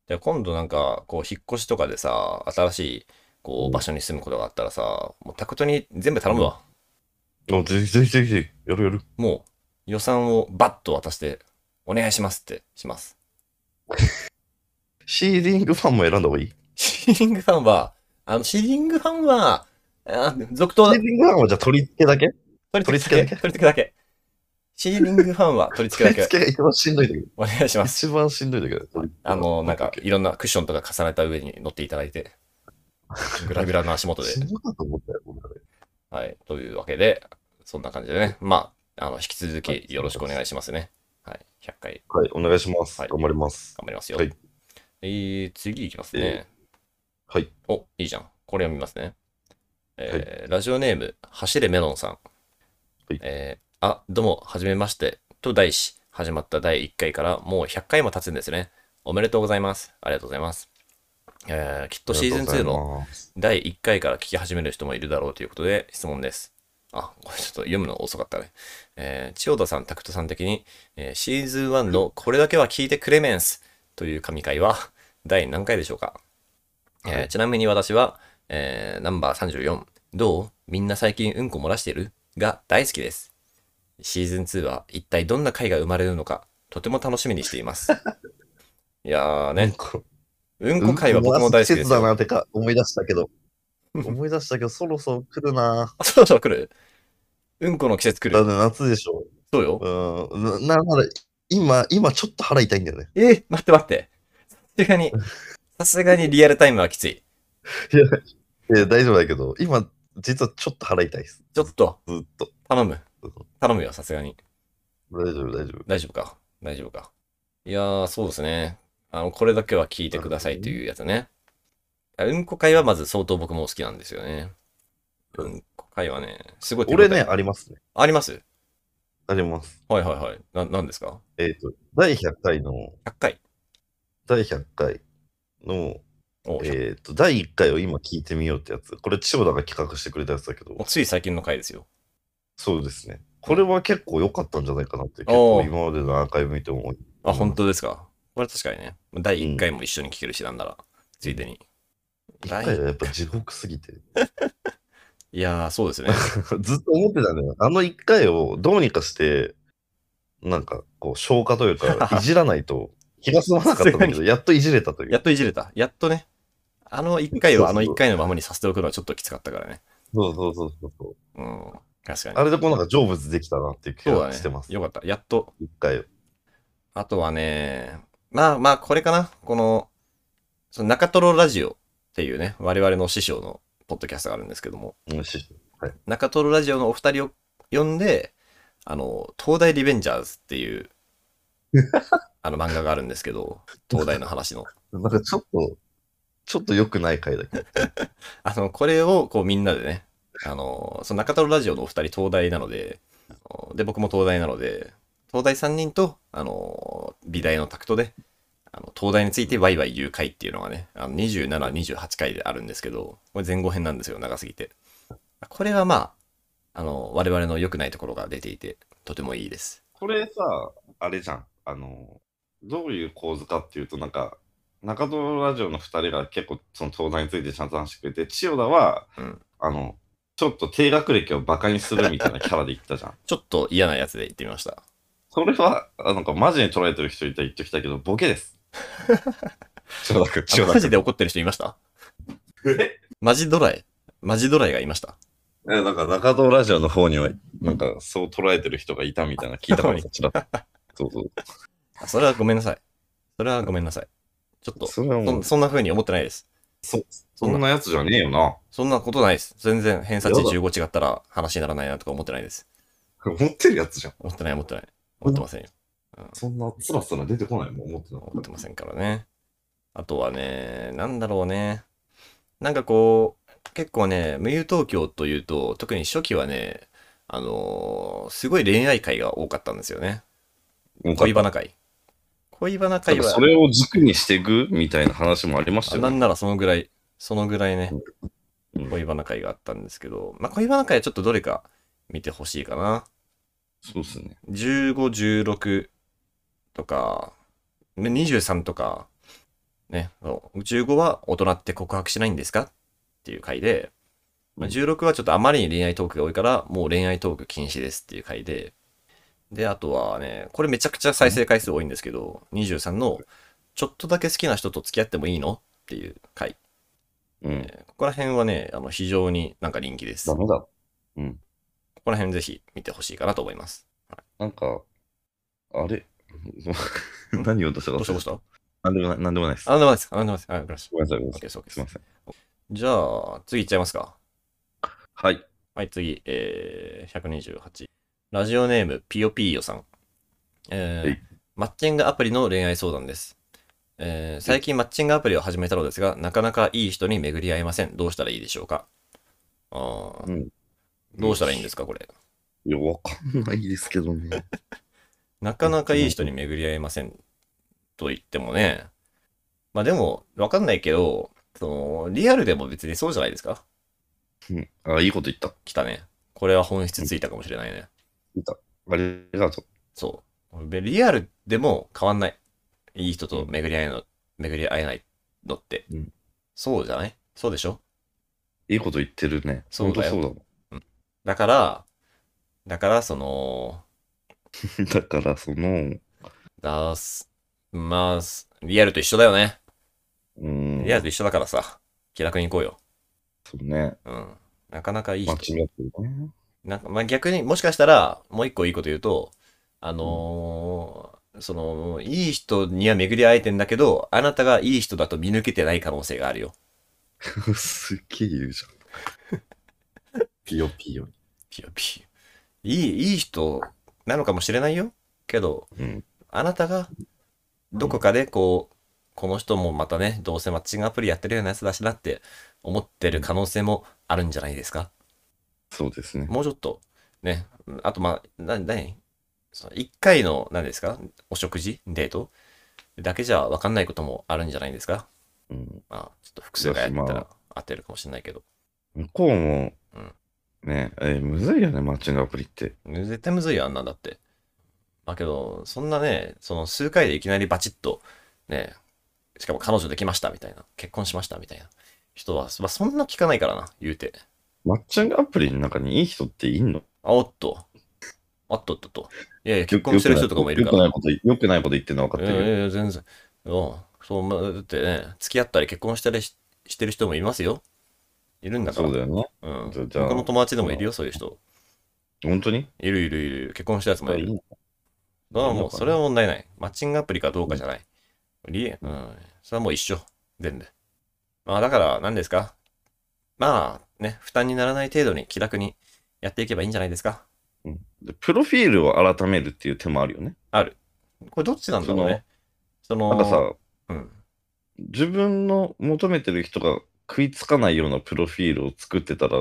[SPEAKER 2] で今度なんか、こう、引っ越しとかでさ、新しい、こう、場所に住むことがあったらさ、もうタクトに全部頼むわ。
[SPEAKER 1] あ、ぜひぜひぜひぜひ、やるやる。
[SPEAKER 2] もう、予算をバッと渡して、お願いしますって、します。
[SPEAKER 1] シーリングファンも選んだ方がいい。シ
[SPEAKER 2] シーリングファンは、あの、シーリングファンは、あ続投だ
[SPEAKER 1] ーリングファンはじゃあ取り付けだけ
[SPEAKER 2] 取
[SPEAKER 1] り付けだけ
[SPEAKER 2] 取り付けだけ。シーリングファンは取り付けだ
[SPEAKER 1] 取り付
[SPEAKER 2] け。
[SPEAKER 1] けが一番しんどいんだけど。
[SPEAKER 2] お願いします。
[SPEAKER 1] 一番しんどいんだけど。取り付け
[SPEAKER 2] あの、なんか、
[SPEAKER 1] OK
[SPEAKER 2] いろんなクッションとか重ねた上に乗っていただいて、 グラグラの足元で
[SPEAKER 1] し。んどかと思ったよ、俺あれ
[SPEAKER 2] はい。というわけで、そんな感じでね。まあ、あの、引き続きよろしくお願いしますね。はい。100回
[SPEAKER 1] はい、お願いします。
[SPEAKER 2] はい
[SPEAKER 1] 頑張ります。
[SPEAKER 2] 頑張りますよ。
[SPEAKER 1] はい
[SPEAKER 2] えー、次いきますね。
[SPEAKER 1] はい。
[SPEAKER 2] お、いいじゃん。これ読みますね。えーラジオネーム、走れメロンさん。
[SPEAKER 1] い
[SPEAKER 2] えーあ、どうも、はじめまして。と題し、始まった第1回からもう100回も経つんですね。おめでとうございます。ありがとうございます。えーきっとシーズン2の
[SPEAKER 1] の。
[SPEAKER 2] 第1回から聞き始める人もいるだろうということで質問です。あ、これちょっと読むの遅かったね。えー千代田さん、拓人さん的に、えーシーズン1のこれだけは聞いてくれメンスという神回は第何回でしょうか、えーちなみに私は、えーナンバー34、どうみんな最近うんこ漏らしてるが大好きです。シーズン2は一体どんな回が生まれるのか、とても楽しみにしています。いやーね、うんこ回は僕も大好きです
[SPEAKER 3] 季節だ
[SPEAKER 2] よ。
[SPEAKER 3] なってか思い出したけ ど。思い出したけど、そろそろ来るな。
[SPEAKER 2] あ、そろそろ来るうんこの季節来
[SPEAKER 3] だっ
[SPEAKER 2] る。
[SPEAKER 3] て夏でしょ。
[SPEAKER 2] そうよ。
[SPEAKER 3] うん。な、なら、今、今ちょっと腹痛いんだよね。
[SPEAKER 2] え待って待って。さすがに、さすがにリアルタイムはきつい。
[SPEAKER 3] いや、大丈夫だけど、今、実はちょっと腹痛いです。
[SPEAKER 2] ちょっと、
[SPEAKER 3] ずっと。
[SPEAKER 2] 頼む。頼むよ、さすがに。
[SPEAKER 3] 大丈夫、大丈夫。
[SPEAKER 2] 大丈夫か大丈夫か。いやー、そうですね。あの、これだけは聞いてくださいというやつね。いやうんこ会はまず相当僕も好きなんですよね。うんこ会はね、すごい手応え
[SPEAKER 3] 俺ね、。ありますね。
[SPEAKER 2] あります
[SPEAKER 3] あります。
[SPEAKER 2] はいはいはい。な、なんですか
[SPEAKER 3] えっ、と、第100回の、
[SPEAKER 2] ?100 回。
[SPEAKER 3] 第100回の、
[SPEAKER 2] お、100
[SPEAKER 3] えっ、と、第1回を今聞いてみようってやつ。これ、千代田が企画してくれたやつだけど
[SPEAKER 2] もう、つい最近の回ですよ。
[SPEAKER 3] そうですね。これは結構良かったんじゃないかなって、結構
[SPEAKER 2] おー
[SPEAKER 3] 今までのアーカイブ見て思う。
[SPEAKER 2] あ、本当ですか。これ確かにね。第1回も一緒に聞けるし、なんなら。ついでに。
[SPEAKER 3] 1回はやっぱ地獄すぎて。
[SPEAKER 2] いやー、そうですね。
[SPEAKER 3] ずっと思ってたんだよ。あの1回をどうにかして、なんか、こう、消化という か、いじらないと気が済まなかったんだけ
[SPEAKER 2] さす
[SPEAKER 3] ど、やっといじれたとい
[SPEAKER 2] や
[SPEAKER 3] う。
[SPEAKER 2] っといじれた。やっとね。あの1回
[SPEAKER 3] そう
[SPEAKER 2] を
[SPEAKER 3] そう
[SPEAKER 2] あの1回のままにさせておくのはちょっときつかったからね。
[SPEAKER 3] そうそうそうそうそう。
[SPEAKER 2] うん。確かに。
[SPEAKER 3] あれでこうなんか成仏できたなっていう気
[SPEAKER 2] そうだ
[SPEAKER 3] が
[SPEAKER 2] ね
[SPEAKER 3] してます。。
[SPEAKER 2] よかった。やっと。
[SPEAKER 3] 一回を。
[SPEAKER 2] あとはね、まあまあ、これかな。この、その中トロラジオっていうね、我々の師匠のポッドキャストがあるんですけども、
[SPEAKER 3] うんし
[SPEAKER 2] 中トロラジオのお二人を呼んで、あの、東大リベンジャーズっていう、あの漫画があるんですけど、東大の話の。
[SPEAKER 3] なんかちょっと、ちょっと良くない回だけど。
[SPEAKER 2] あの、これをこうみんなでね、あの、その中太郎ラジオのお二人東大なので、あので、僕も東大なので、東大3人と、あの、美大のタクトで、あの、東大についてワイワイ言う会っていうのがね、あの27、28回であるんですけど、これ前後編なんですよ、長すぎて。これはまあ、あの、我々の良くないところが出ていて、とてもいいです。
[SPEAKER 1] これさ、あれじゃん。あの、どういう構図かっていうと、なんか、中野ラジオの2人が結構その東大についてちゃんと話してくれて、千代田は、
[SPEAKER 2] うん
[SPEAKER 1] あの、ちょっと低学歴をバカにするみたいなキャラで言った じゃん。
[SPEAKER 2] ちょっと嫌なやつで言ってみました。
[SPEAKER 1] それは、あなんかマジに捉えてる人いたら言っときたいけど、ボケです。 千代田君、千代
[SPEAKER 2] マ
[SPEAKER 1] 田
[SPEAKER 2] ジ
[SPEAKER 1] 君。
[SPEAKER 2] で怒ってる人いました
[SPEAKER 1] え
[SPEAKER 2] マジドライマジドライがいました。
[SPEAKER 1] えなんか中野ラジオの方には、なんかそう捉えてる人がいたみたいな聞いた からさ、ちらっと。そうそう。
[SPEAKER 2] あそれはごめんなさい。それはごめんなさい。ちょっと、そ、
[SPEAKER 1] それはもうん
[SPEAKER 2] そんな風に思ってないです。
[SPEAKER 1] そ
[SPEAKER 2] そん
[SPEAKER 1] そん
[SPEAKER 2] な、
[SPEAKER 1] なやつじゃねえよな。
[SPEAKER 2] そんなことないです。全然偏差値
[SPEAKER 1] やだ
[SPEAKER 2] 15違ったら話にならないなとか思ってないです。
[SPEAKER 1] 思ってるやつじゃん。
[SPEAKER 2] 思ってない思ってない。思ってませんよ。
[SPEAKER 1] そんなスラスラ出てこないもん、思ってな
[SPEAKER 2] 思ってませんからね。あとはね、なんだろうね。なんかこう、結構ね、無友東京というと、特に初期はね、あのーすごい恋愛会が多かったんですよね。恋バナ会。恋バナ会は、
[SPEAKER 1] それを軸にしていくみたいな話もありました
[SPEAKER 2] あ
[SPEAKER 1] よ
[SPEAKER 2] な
[SPEAKER 1] ね。
[SPEAKER 2] んならそのぐらい、そのぐらいね、
[SPEAKER 1] うん
[SPEAKER 2] 恋バナ会があったんですけど、まあ、恋バナ会はちょっとどれか見てほしいかな。
[SPEAKER 1] そうですね。
[SPEAKER 2] 15、16とか、ね23とか、ね、そう15は大人って告白しないんですかっていう回で、まあ、
[SPEAKER 1] うん
[SPEAKER 2] 16はちょっとあまりに恋愛トークが多いから、もう恋愛トーク禁止ですっていう回で、で、あとはね、これめちゃくちゃ再生回数多いんですけど、23の、ちょっとだけ好きな人と付き合ってもいいのっていう回。
[SPEAKER 1] うん。
[SPEAKER 2] えーここら辺はね、あの非常になんか人気です。
[SPEAKER 1] ダ
[SPEAKER 2] こ
[SPEAKER 1] メだ。
[SPEAKER 2] こら辺ぜひ見てほしいかなと思います。
[SPEAKER 1] なんか、あれ 何言おうとしたか
[SPEAKER 2] どうし
[SPEAKER 1] 忘
[SPEAKER 2] たど
[SPEAKER 1] れ
[SPEAKER 2] うした
[SPEAKER 1] な
[SPEAKER 2] あ、
[SPEAKER 1] んでもない、なんでもないです。
[SPEAKER 2] なんでもないです。あ、なんでもないです。あ、ごめんなさい。
[SPEAKER 1] ごめんなさい、ごめん
[SPEAKER 2] オ
[SPEAKER 1] な
[SPEAKER 2] ッ
[SPEAKER 1] さ
[SPEAKER 2] ケー
[SPEAKER 1] い。
[SPEAKER 2] です、オッケー
[SPEAKER 1] すい
[SPEAKER 2] で
[SPEAKER 1] ません。
[SPEAKER 2] す。じゃあ、次いっちゃいますか。
[SPEAKER 1] はい。
[SPEAKER 2] はい、次、えー、128。ラジオネーム、ピヨピーヨさん。えー
[SPEAKER 1] はい
[SPEAKER 2] マッチングアプリの恋愛相談です。えー最近マッチングアプリを始めたのですが、なかなかいい人に巡り合えません。どうしたらいいでしょうかあー
[SPEAKER 1] うん
[SPEAKER 2] どうしたらいいんですか、これ。
[SPEAKER 1] いや、わかんないですけどね。
[SPEAKER 2] なかなかいい人に巡り合えませんと言ってもね。まあでも、わかんないけど、その、リアルでも別にそうじゃないですか
[SPEAKER 1] うんあ、いいこと言った。
[SPEAKER 2] 来たね。これは本質ついたかもしれないね。
[SPEAKER 1] ありがと
[SPEAKER 2] そう。俺リアルでも変わんない。いい人と巡り合えの、巡り合えないのって。
[SPEAKER 1] うん
[SPEAKER 2] そうじゃないそうでしょ
[SPEAKER 1] う。いいこと言ってるね。
[SPEAKER 2] そうだよ
[SPEAKER 1] ほんと
[SPEAKER 2] だから、だから、その、
[SPEAKER 1] そうだもん。だから、その、
[SPEAKER 2] だす、まあ、すリアルと一緒だよね。
[SPEAKER 1] うん。
[SPEAKER 2] リアルと一緒だからさ、気楽に行こうよ。
[SPEAKER 1] そうね。
[SPEAKER 2] うん。なかなかいい
[SPEAKER 1] 間
[SPEAKER 2] 人
[SPEAKER 1] 違。ってるね。
[SPEAKER 2] なんか、まあ、逆にもしかしたら、もう一個いいこと言うと、あのーその、いい人には巡り会えてんだけど、あなたがいい人だと見抜けてない可能性があるよ。
[SPEAKER 1] すっげえ言うじ
[SPEAKER 3] ピヨピヨ。
[SPEAKER 2] ピヨピヨ。いい、いい人なのかもしれないよ。けど、
[SPEAKER 1] ゃん。うん。
[SPEAKER 2] あなたが、どこかでこう、この人もまたね、どうせマッチングアプリやってるようなやつだしなって思ってる可能性もあるんじゃないですか。
[SPEAKER 1] そうですね。
[SPEAKER 2] もうちょっと、ね、あとまあ、な、なに、その一回の、何ですか、お食事、デートだけじゃ分かんないこともあるんじゃないですか。
[SPEAKER 1] うん、
[SPEAKER 2] まあ、ちょっと複数回や
[SPEAKER 1] だ
[SPEAKER 2] った
[SPEAKER 1] しま
[SPEAKER 2] ら当てるかもしれないけど。
[SPEAKER 1] 向こうも、
[SPEAKER 2] うん
[SPEAKER 1] ねえーむずいよね、マッチングアプリって。
[SPEAKER 2] 絶対むずいよ、あんなんだって。まあけど、そんなね、その数回でいきなりバチッと、ね、しかも彼女できましたみたいな、結婚しましたみたいな人は、まあ、そんな聞かないからな、言うて。
[SPEAKER 1] マッチングアプリの中にいい人っていんの
[SPEAKER 2] あ、おっと。あっとっとっと。いやいや、結婚してる人とかもいるか
[SPEAKER 1] よく
[SPEAKER 2] ら。
[SPEAKER 1] ないこと、よくないこと言ってるのは分
[SPEAKER 2] い
[SPEAKER 1] かっ
[SPEAKER 2] や
[SPEAKER 1] てる
[SPEAKER 2] い
[SPEAKER 1] よ。
[SPEAKER 2] やいや全然。うん。そう、まあ、だってね、付き合ったり結婚したりししてる人もいますよ。いるんだから。
[SPEAKER 1] そうだよね。
[SPEAKER 2] うん。
[SPEAKER 1] じゃあじゃあ
[SPEAKER 2] 僕の友達でもいるよ、そういう人。
[SPEAKER 1] 本当に
[SPEAKER 2] いるいるいる。結婚したやつもいる。
[SPEAKER 1] いいの
[SPEAKER 2] だからも
[SPEAKER 1] い
[SPEAKER 2] う、
[SPEAKER 1] いのかな
[SPEAKER 2] それは問題ない。マッチングアプリかどうかじゃない。理由うん。それはもう一緒。全部。まあ、だから、何ですかまあ、ね、負担にならない程度に気楽にやっていけばいいんじゃないですか。
[SPEAKER 1] うんでプロフィールを改めるっていう手もあるよね。
[SPEAKER 2] これどっちなんだろうね。その、
[SPEAKER 1] なんかさ、
[SPEAKER 2] うん。
[SPEAKER 1] 自分の求めてる人が食いつかないようなプロフィールを作ってたら、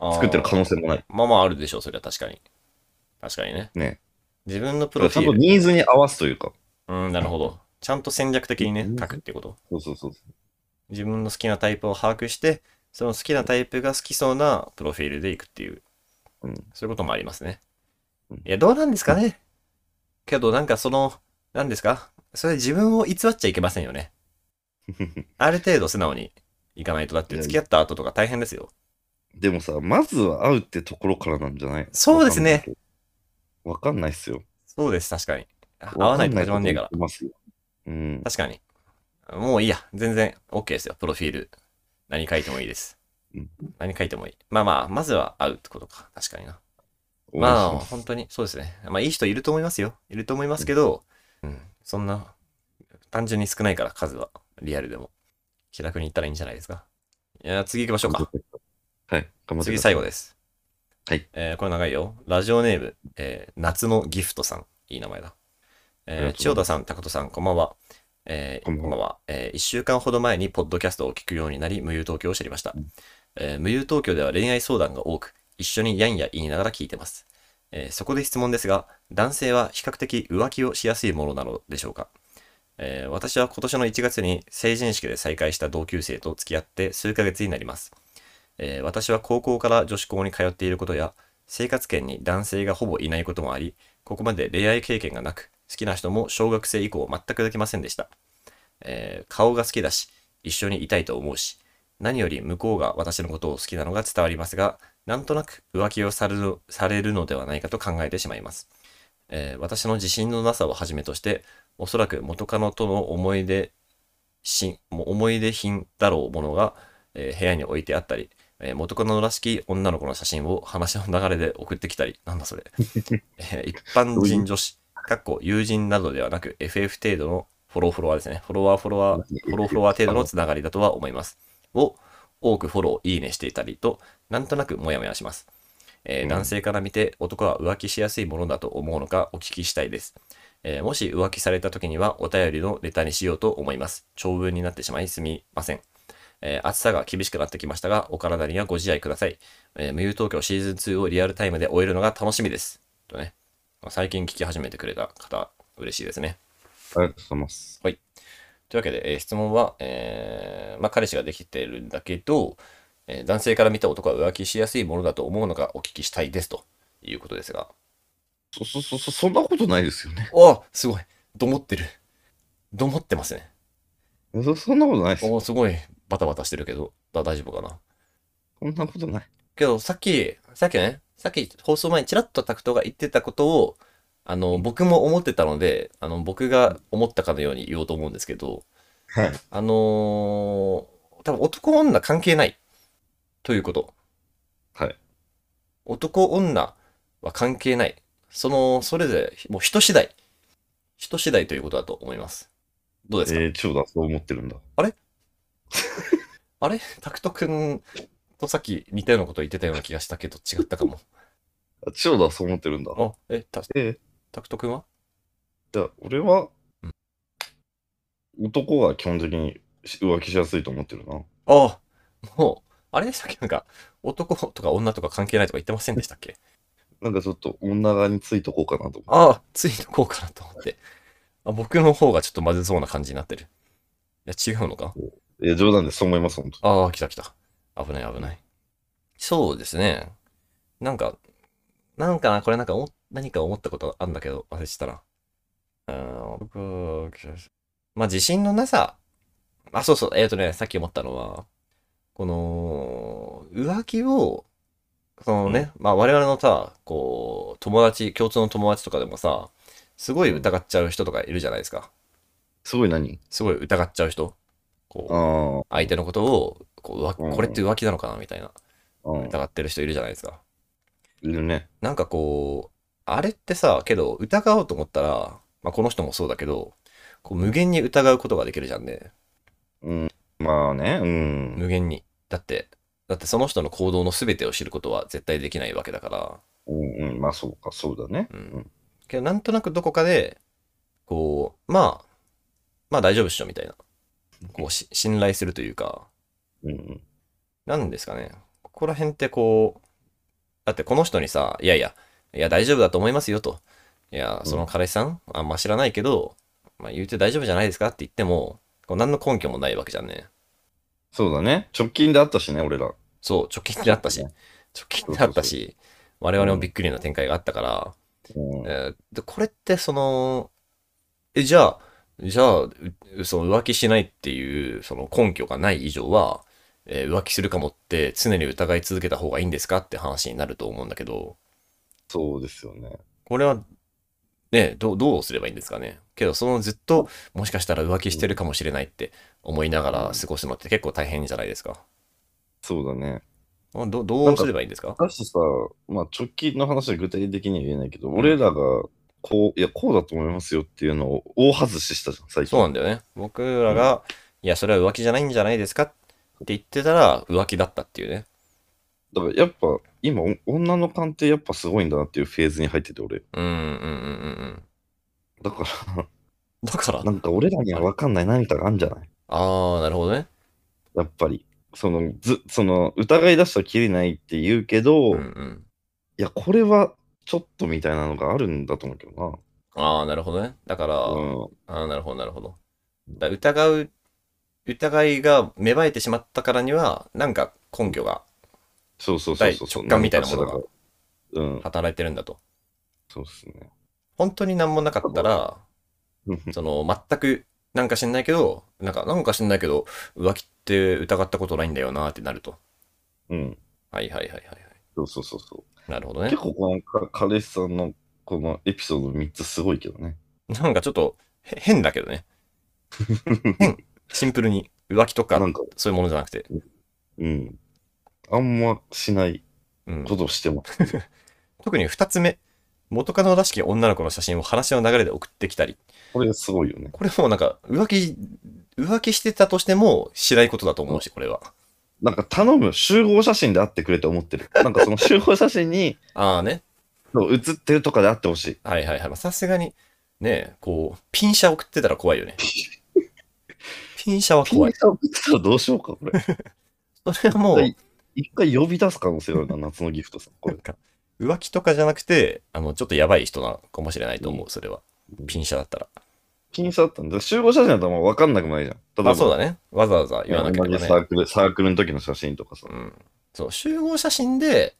[SPEAKER 2] あー
[SPEAKER 1] 作ってる可能性もない。
[SPEAKER 2] まあまああるでしょう、それは確かに。確かにね。
[SPEAKER 1] ね
[SPEAKER 2] 自分のプ
[SPEAKER 1] だか
[SPEAKER 2] ロ
[SPEAKER 1] らちゃ
[SPEAKER 2] フ
[SPEAKER 1] んと
[SPEAKER 2] ィール。
[SPEAKER 1] ニーズに合わすというか。
[SPEAKER 2] うん、なるほど。ちゃんと戦略的にね
[SPEAKER 1] う、ん
[SPEAKER 2] 書くってこと。
[SPEAKER 1] そうそうそう。
[SPEAKER 2] 自分の好きなタイプを把握して、その好きなタイプが好きそうなプロフィールでいくっていう、
[SPEAKER 1] うん
[SPEAKER 2] そういうこともありますね
[SPEAKER 1] うん。
[SPEAKER 2] いや、どうなんですかね。けど、なんかその、なんですかそれ自分を偽っちゃいけません よね。ある程度素直にいかないと、だって
[SPEAKER 1] いや
[SPEAKER 2] 付き合った後とか大変ですよ。
[SPEAKER 1] でもさ、まずは会うってところからなんじゃない
[SPEAKER 2] そうですね。
[SPEAKER 1] わかんないっすよ。
[SPEAKER 2] そうです、確かに。あ合わないと始まんねえから
[SPEAKER 1] わ。んないこと言ってますようん。
[SPEAKER 2] 確かに。もういいや。全然 OK ですよ。プロフィール。何書いてもいいです
[SPEAKER 1] うん。
[SPEAKER 2] 何書いてもいい。まあまあ、まずは会うってことか。確かにな。
[SPEAKER 1] 応援
[SPEAKER 2] まあ、
[SPEAKER 1] しす
[SPEAKER 2] 本当に、そうですね。まあ、いい人いると思いますよ。いると思いますけど、うん、そんな、単純に少ないから、数は。リアルでも。気楽に行ったらいいんじゃないですか。いや、次行きましょうか。
[SPEAKER 1] はい、頑張ってください
[SPEAKER 2] 次最後です。
[SPEAKER 1] はい。
[SPEAKER 2] えーこれ長いよ。ラジオネーム、えー夏のギフトさん。いい名前だ。
[SPEAKER 1] ありが
[SPEAKER 2] え
[SPEAKER 1] とうございま
[SPEAKER 2] ー
[SPEAKER 1] す
[SPEAKER 2] 千代田さん、タクトさん、こんばんは。えー
[SPEAKER 1] こんばんは
[SPEAKER 2] え1週間ほど前にポッドキャストを聞くようになり、無友東京を知りました。えー無友東京では恋愛相談が多く、一緒にやんや言いながら聞いてます。えーそこで質問ですが、男性は比較的浮気をしやすいものなのでしょうかえー私は今年の1月に成人式で再会した同級生と付き合って数ヶ月になります。えー私は高校から女子校に通っていることや、生活圏に男性がほぼいないこともあり、ここまで恋愛経験がなく、好きな人も小学生以降全くできませんでした。えー顔が好きだし、一緒にいたいと思うし、何より向こうが私のことを好きなのが伝わりますが、なんとなく浮気をされるされるのではないかと考えてしまいます。えー私の自信のなさをはじめとして、おそらく元カノとの思い出しもう思い出品だろうものが、えー部屋に置いてあったり、えー元カノらしき女の子の写真を話の流れで送ってきたり、なんだそれ。えー一般人女子、かっこ友人などではなく、FF 程度のフォローフォロワーですね。フォロワーフォロワー、フォローフォロワー程度のつながりだとは思います。を多くフォロー、いいねしていたりと、なんとなくモヤモヤします。えー
[SPEAKER 1] うん
[SPEAKER 2] 男性から見て男は浮気しやすいものだと思うのかお聞きしたいです。えーもし浮気された時にはお便りのネタにしようと思います。長文になってしまいすみません。えー暑さが厳しくなってきましたが、お体にはご自愛ください。えー、無友東京シーズン2をリアルタイムで終えるのが楽しみです。とね。まあ最近聞き始めてくれた方、嬉しいですね。
[SPEAKER 1] ありがとうございます。
[SPEAKER 2] というわけで、えー質問は、えーまあ、彼氏ができてるんだけど、えー男性から見た男は浮気しやすいものだと思うのかお聞きしたいですということですが。
[SPEAKER 1] そ、そ、そ、そ、そんなことないですよね。
[SPEAKER 2] おすごいどもってるどもってますね。
[SPEAKER 1] そ、そんなことないですよ。
[SPEAKER 2] おすごいバタバタしてるけど、だ大丈夫かな。
[SPEAKER 1] そんなことない。
[SPEAKER 2] けどさっき、さっきね、さっき放送前にちらっとタクトが言ってたことを、あの、僕も思ってたので、あの、僕が思ったかのように言おうと思うんですけど、
[SPEAKER 1] はい。
[SPEAKER 2] あのー多分男女関係ないということ。
[SPEAKER 1] はい。
[SPEAKER 2] 男女は関係ない。その、それぞれ、もう人次第。人次第ということだと思います。どうですか、
[SPEAKER 1] えー、ちょうどそう思ってるんだ。
[SPEAKER 2] あれタクト君とさっき似たようなこと言ってたような気がしたけど違ったかも。
[SPEAKER 1] あちょうどそう思ってるんだ。
[SPEAKER 2] あ、え、タ
[SPEAKER 1] え
[SPEAKER 2] タクト君は
[SPEAKER 1] ー、じゃあ、俺は
[SPEAKER 2] う、
[SPEAKER 1] 男が基本的にし浮気しやすいと思ってるな。
[SPEAKER 2] ああ、もう、あれでしたっけなんか、男とか女とか関係ないとか言ってませんでしたっけ
[SPEAKER 1] なんかちょっと女側についとこうかなと思
[SPEAKER 2] ああ、ついとこうかなと思って。あ僕の方がちょっとまずそうな感じになってる。いや、違うのか
[SPEAKER 1] う。いや、冗談でそう思います、本当
[SPEAKER 2] ああ、来た来た。危ない危ない。そうですね。なんか、なんかな、これなんかお、何か思ったことあるんだけど、忘れてたら。うーん、僕、まあ自信のなさ。あ、そうそう、えっ、とね、さっき思ったのは、この、浮気を、そのね、まあ我々のさ、こう、友達、共通の友達とかでもさ、すごい疑っちゃう人とかいるじゃないですか。
[SPEAKER 1] すごい何
[SPEAKER 2] すごい疑っちゃう人。こう、
[SPEAKER 1] あ
[SPEAKER 2] 相手のことをこううわ
[SPEAKER 1] うん
[SPEAKER 2] これって浮気なのかなみたいな
[SPEAKER 1] あ、うん。
[SPEAKER 2] 疑ってる人いるじゃないですか。
[SPEAKER 1] いるね。
[SPEAKER 2] なんかこうあれってさけど疑おうと思ったら、まあ、この人もそうだけどこう無限に疑うことができるじゃんね
[SPEAKER 1] うん。まあね、うん。
[SPEAKER 2] 無限に。だってだってその人の行動の全てを知ることは絶対できないわけだから。
[SPEAKER 1] うん、うん、まあそうか、そうだね。
[SPEAKER 2] うん、けどなんとなくどこかでこうまあまあ大丈夫っしょみたいなこうし信頼するというか
[SPEAKER 1] うんうん。
[SPEAKER 2] なんですかね。ここら辺ってこう、だってこの人にさ、いやいや、いや大丈夫だと思いますよと。いや、
[SPEAKER 1] うん
[SPEAKER 2] その彼氏さん、あんま知らないけど、まあ言うて大丈夫じゃないですかって言っても、こう何の根拠もないわけじゃんね。
[SPEAKER 1] そうだね。直近であったしね、俺ら。
[SPEAKER 2] そう、貯金であったし、貯金であったし、我々もびっくりな展開があったから、
[SPEAKER 1] うん。
[SPEAKER 2] えーでこれってその、え、じゃあ、じゃあ、うその浮気しないっていうその根拠がない以上は、えー浮気するかもって常に疑い続けた方がいいんですかって話になると思うんだけど、
[SPEAKER 1] そうですよね。
[SPEAKER 2] これは、ね、どう、どうすればいいんですかね。けど、そのずっと、もしかしたら浮気してるかもしれないって思いながら過ごすのって結構大変じゃないですか。
[SPEAKER 1] そうだね。
[SPEAKER 2] あどどうすればいいんですか
[SPEAKER 1] だしさ、まあ直近の話は具体的には言えないけど、俺らがこう、いや、こうだと思いますよっていうのを大外ししたじゃん、最近。
[SPEAKER 2] そうなんだよね。僕らが、いや、それは浮気じゃないんじゃないですかって言ってたら、浮気だったっていうね。
[SPEAKER 1] だからやっぱ、今、お女の勘ってやっぱすごいんだなっていうフェーズに入ってて、俺。
[SPEAKER 2] うんうんうんうん
[SPEAKER 1] だか
[SPEAKER 2] うん。だから
[SPEAKER 1] ら、、なんか俺らには分かんない何かがあるんじゃない
[SPEAKER 2] ああ、なるほどね。
[SPEAKER 1] やっぱり。その、ず、その、疑い出したらきりないって言うけど、
[SPEAKER 2] うんう
[SPEAKER 1] い
[SPEAKER 2] ん。
[SPEAKER 1] や、これはちょっとみたいなのがあるんだと思うけど
[SPEAKER 2] ああ、なるほどね。だから、
[SPEAKER 1] な。
[SPEAKER 2] あ
[SPEAKER 1] うん。
[SPEAKER 2] あー、なるほど、なるほど。だ疑う、疑いが芽生えてしまったからには、なんか根拠が
[SPEAKER 1] そうそうそうそうそう。
[SPEAKER 2] 第一直感みたいなものが
[SPEAKER 1] 何かしらが。うん。
[SPEAKER 2] 働いてるんだと。
[SPEAKER 1] そうですね。
[SPEAKER 2] 本当になんもなかったら、
[SPEAKER 1] うん
[SPEAKER 2] その、全く、なんか知んないけど、なんか、なんか知んないけど、浮気って疑ったことないんだよなってなると。
[SPEAKER 1] うん。
[SPEAKER 2] はいはいはいはいは
[SPEAKER 1] そうそうそうそう。
[SPEAKER 2] い。なるほどね
[SPEAKER 1] 結。構このか彼氏さんのこのエピソード3つすごいけどね。
[SPEAKER 2] なんかちょっと、へ変だけ どね。変シンプルに、浮気とか
[SPEAKER 1] な、んか、
[SPEAKER 2] そういうものじゃなくて。
[SPEAKER 1] うん。あんましない
[SPEAKER 2] うん。
[SPEAKER 1] ことをしてます。
[SPEAKER 2] 特に二つ目、元カノらしき女の子の写真を話の流れで送ってきたり、
[SPEAKER 1] これがすごいよね。
[SPEAKER 2] これもなんか浮気、浮気してたとしてもしないことだと思うし、これは。
[SPEAKER 1] なんか頼む、集合写真で会ってくれって思ってる。なんかその集合写真に
[SPEAKER 2] ああね。
[SPEAKER 1] そう写ってるとかで会ってほしい。
[SPEAKER 2] はいはいはいまあ。さすがに、ね、こう、ピンシャ送ってたら怖い よね。ピンシャは
[SPEAKER 1] ピン
[SPEAKER 2] 怖い。
[SPEAKER 1] サー送ったらどうしようか、これ。
[SPEAKER 2] それはもう、
[SPEAKER 1] はい一回呼び出す可能性 があるな、夏のギフトさん。こ
[SPEAKER 2] な
[SPEAKER 1] れ
[SPEAKER 2] ん。か、浮気とかじゃなくて、あの、ちょっとやばい人なのかもしれないと思う、それは。ピンシャだったら。
[SPEAKER 1] 僅差だったんで、集合写真だともう分かんなくもないじゃん。例え
[SPEAKER 2] まあそう
[SPEAKER 1] だ、
[SPEAKER 2] だね。わざわざ言わなきゃ
[SPEAKER 1] 同
[SPEAKER 2] い
[SPEAKER 1] じ
[SPEAKER 2] け
[SPEAKER 1] サ
[SPEAKER 2] ない。
[SPEAKER 1] ークル、サークルの時の写真とかさ
[SPEAKER 2] う。ん。そう、集合写真で、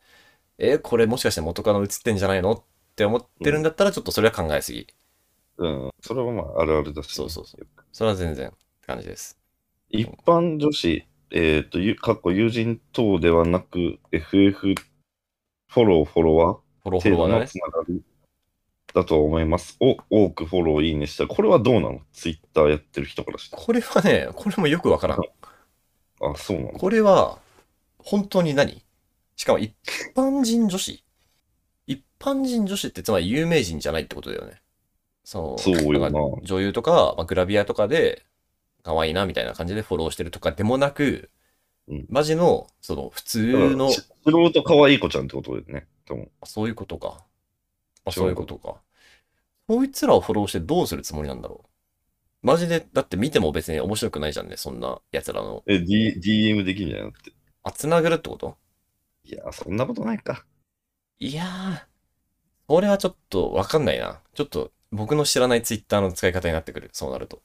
[SPEAKER 2] え、これもしかして元カノ写ってんじゃないのって思ってるんだったら、ちょっとそれは考えすぎ。
[SPEAKER 1] うん。それはまあ、あるあるだし。
[SPEAKER 2] そうそうそそれは全然って感じです。
[SPEAKER 1] 一般女子、えっ、と、ゆかっこ友人等ではなく、FF フォロー、フォロワー
[SPEAKER 2] フォローフ
[SPEAKER 1] 程
[SPEAKER 2] ォロ
[SPEAKER 1] 度
[SPEAKER 2] ワーだ
[SPEAKER 1] の
[SPEAKER 2] ね。
[SPEAKER 1] つながりだと思います。を多くフォロー、いいねしたら、これはどうなのツイッターやってる人からして。
[SPEAKER 2] これはね、これもよくわからん。
[SPEAKER 1] あ、そうなの
[SPEAKER 2] これは、本当に何しかも一般人女子一般人女子ってつまり有名人じゃないってことだよね。そう。
[SPEAKER 1] そうよな
[SPEAKER 2] なんか女優とか、まあ、グラビアとかで、可愛いなみたいな感じでフォローしてるとかでもなく、
[SPEAKER 1] うん
[SPEAKER 2] マジの、その、普通の
[SPEAKER 1] だ、から素人可愛い子ちゃんってことだよね。多分
[SPEAKER 2] そういうことか。あ、そういうことか。こいつらをフォローしてどうするつもりなんだろう。マジで、だって見ても別に面白くないじゃんね、そんな奴らの。
[SPEAKER 1] え、D、DM できんじゃなくて。
[SPEAKER 2] あ、繋ぐるってこと
[SPEAKER 1] いや、そんなことないか。
[SPEAKER 2] いやー、これはちょっとわかんないな。ちょっと僕の知らないツイッターの使い方になってくる。そうなると。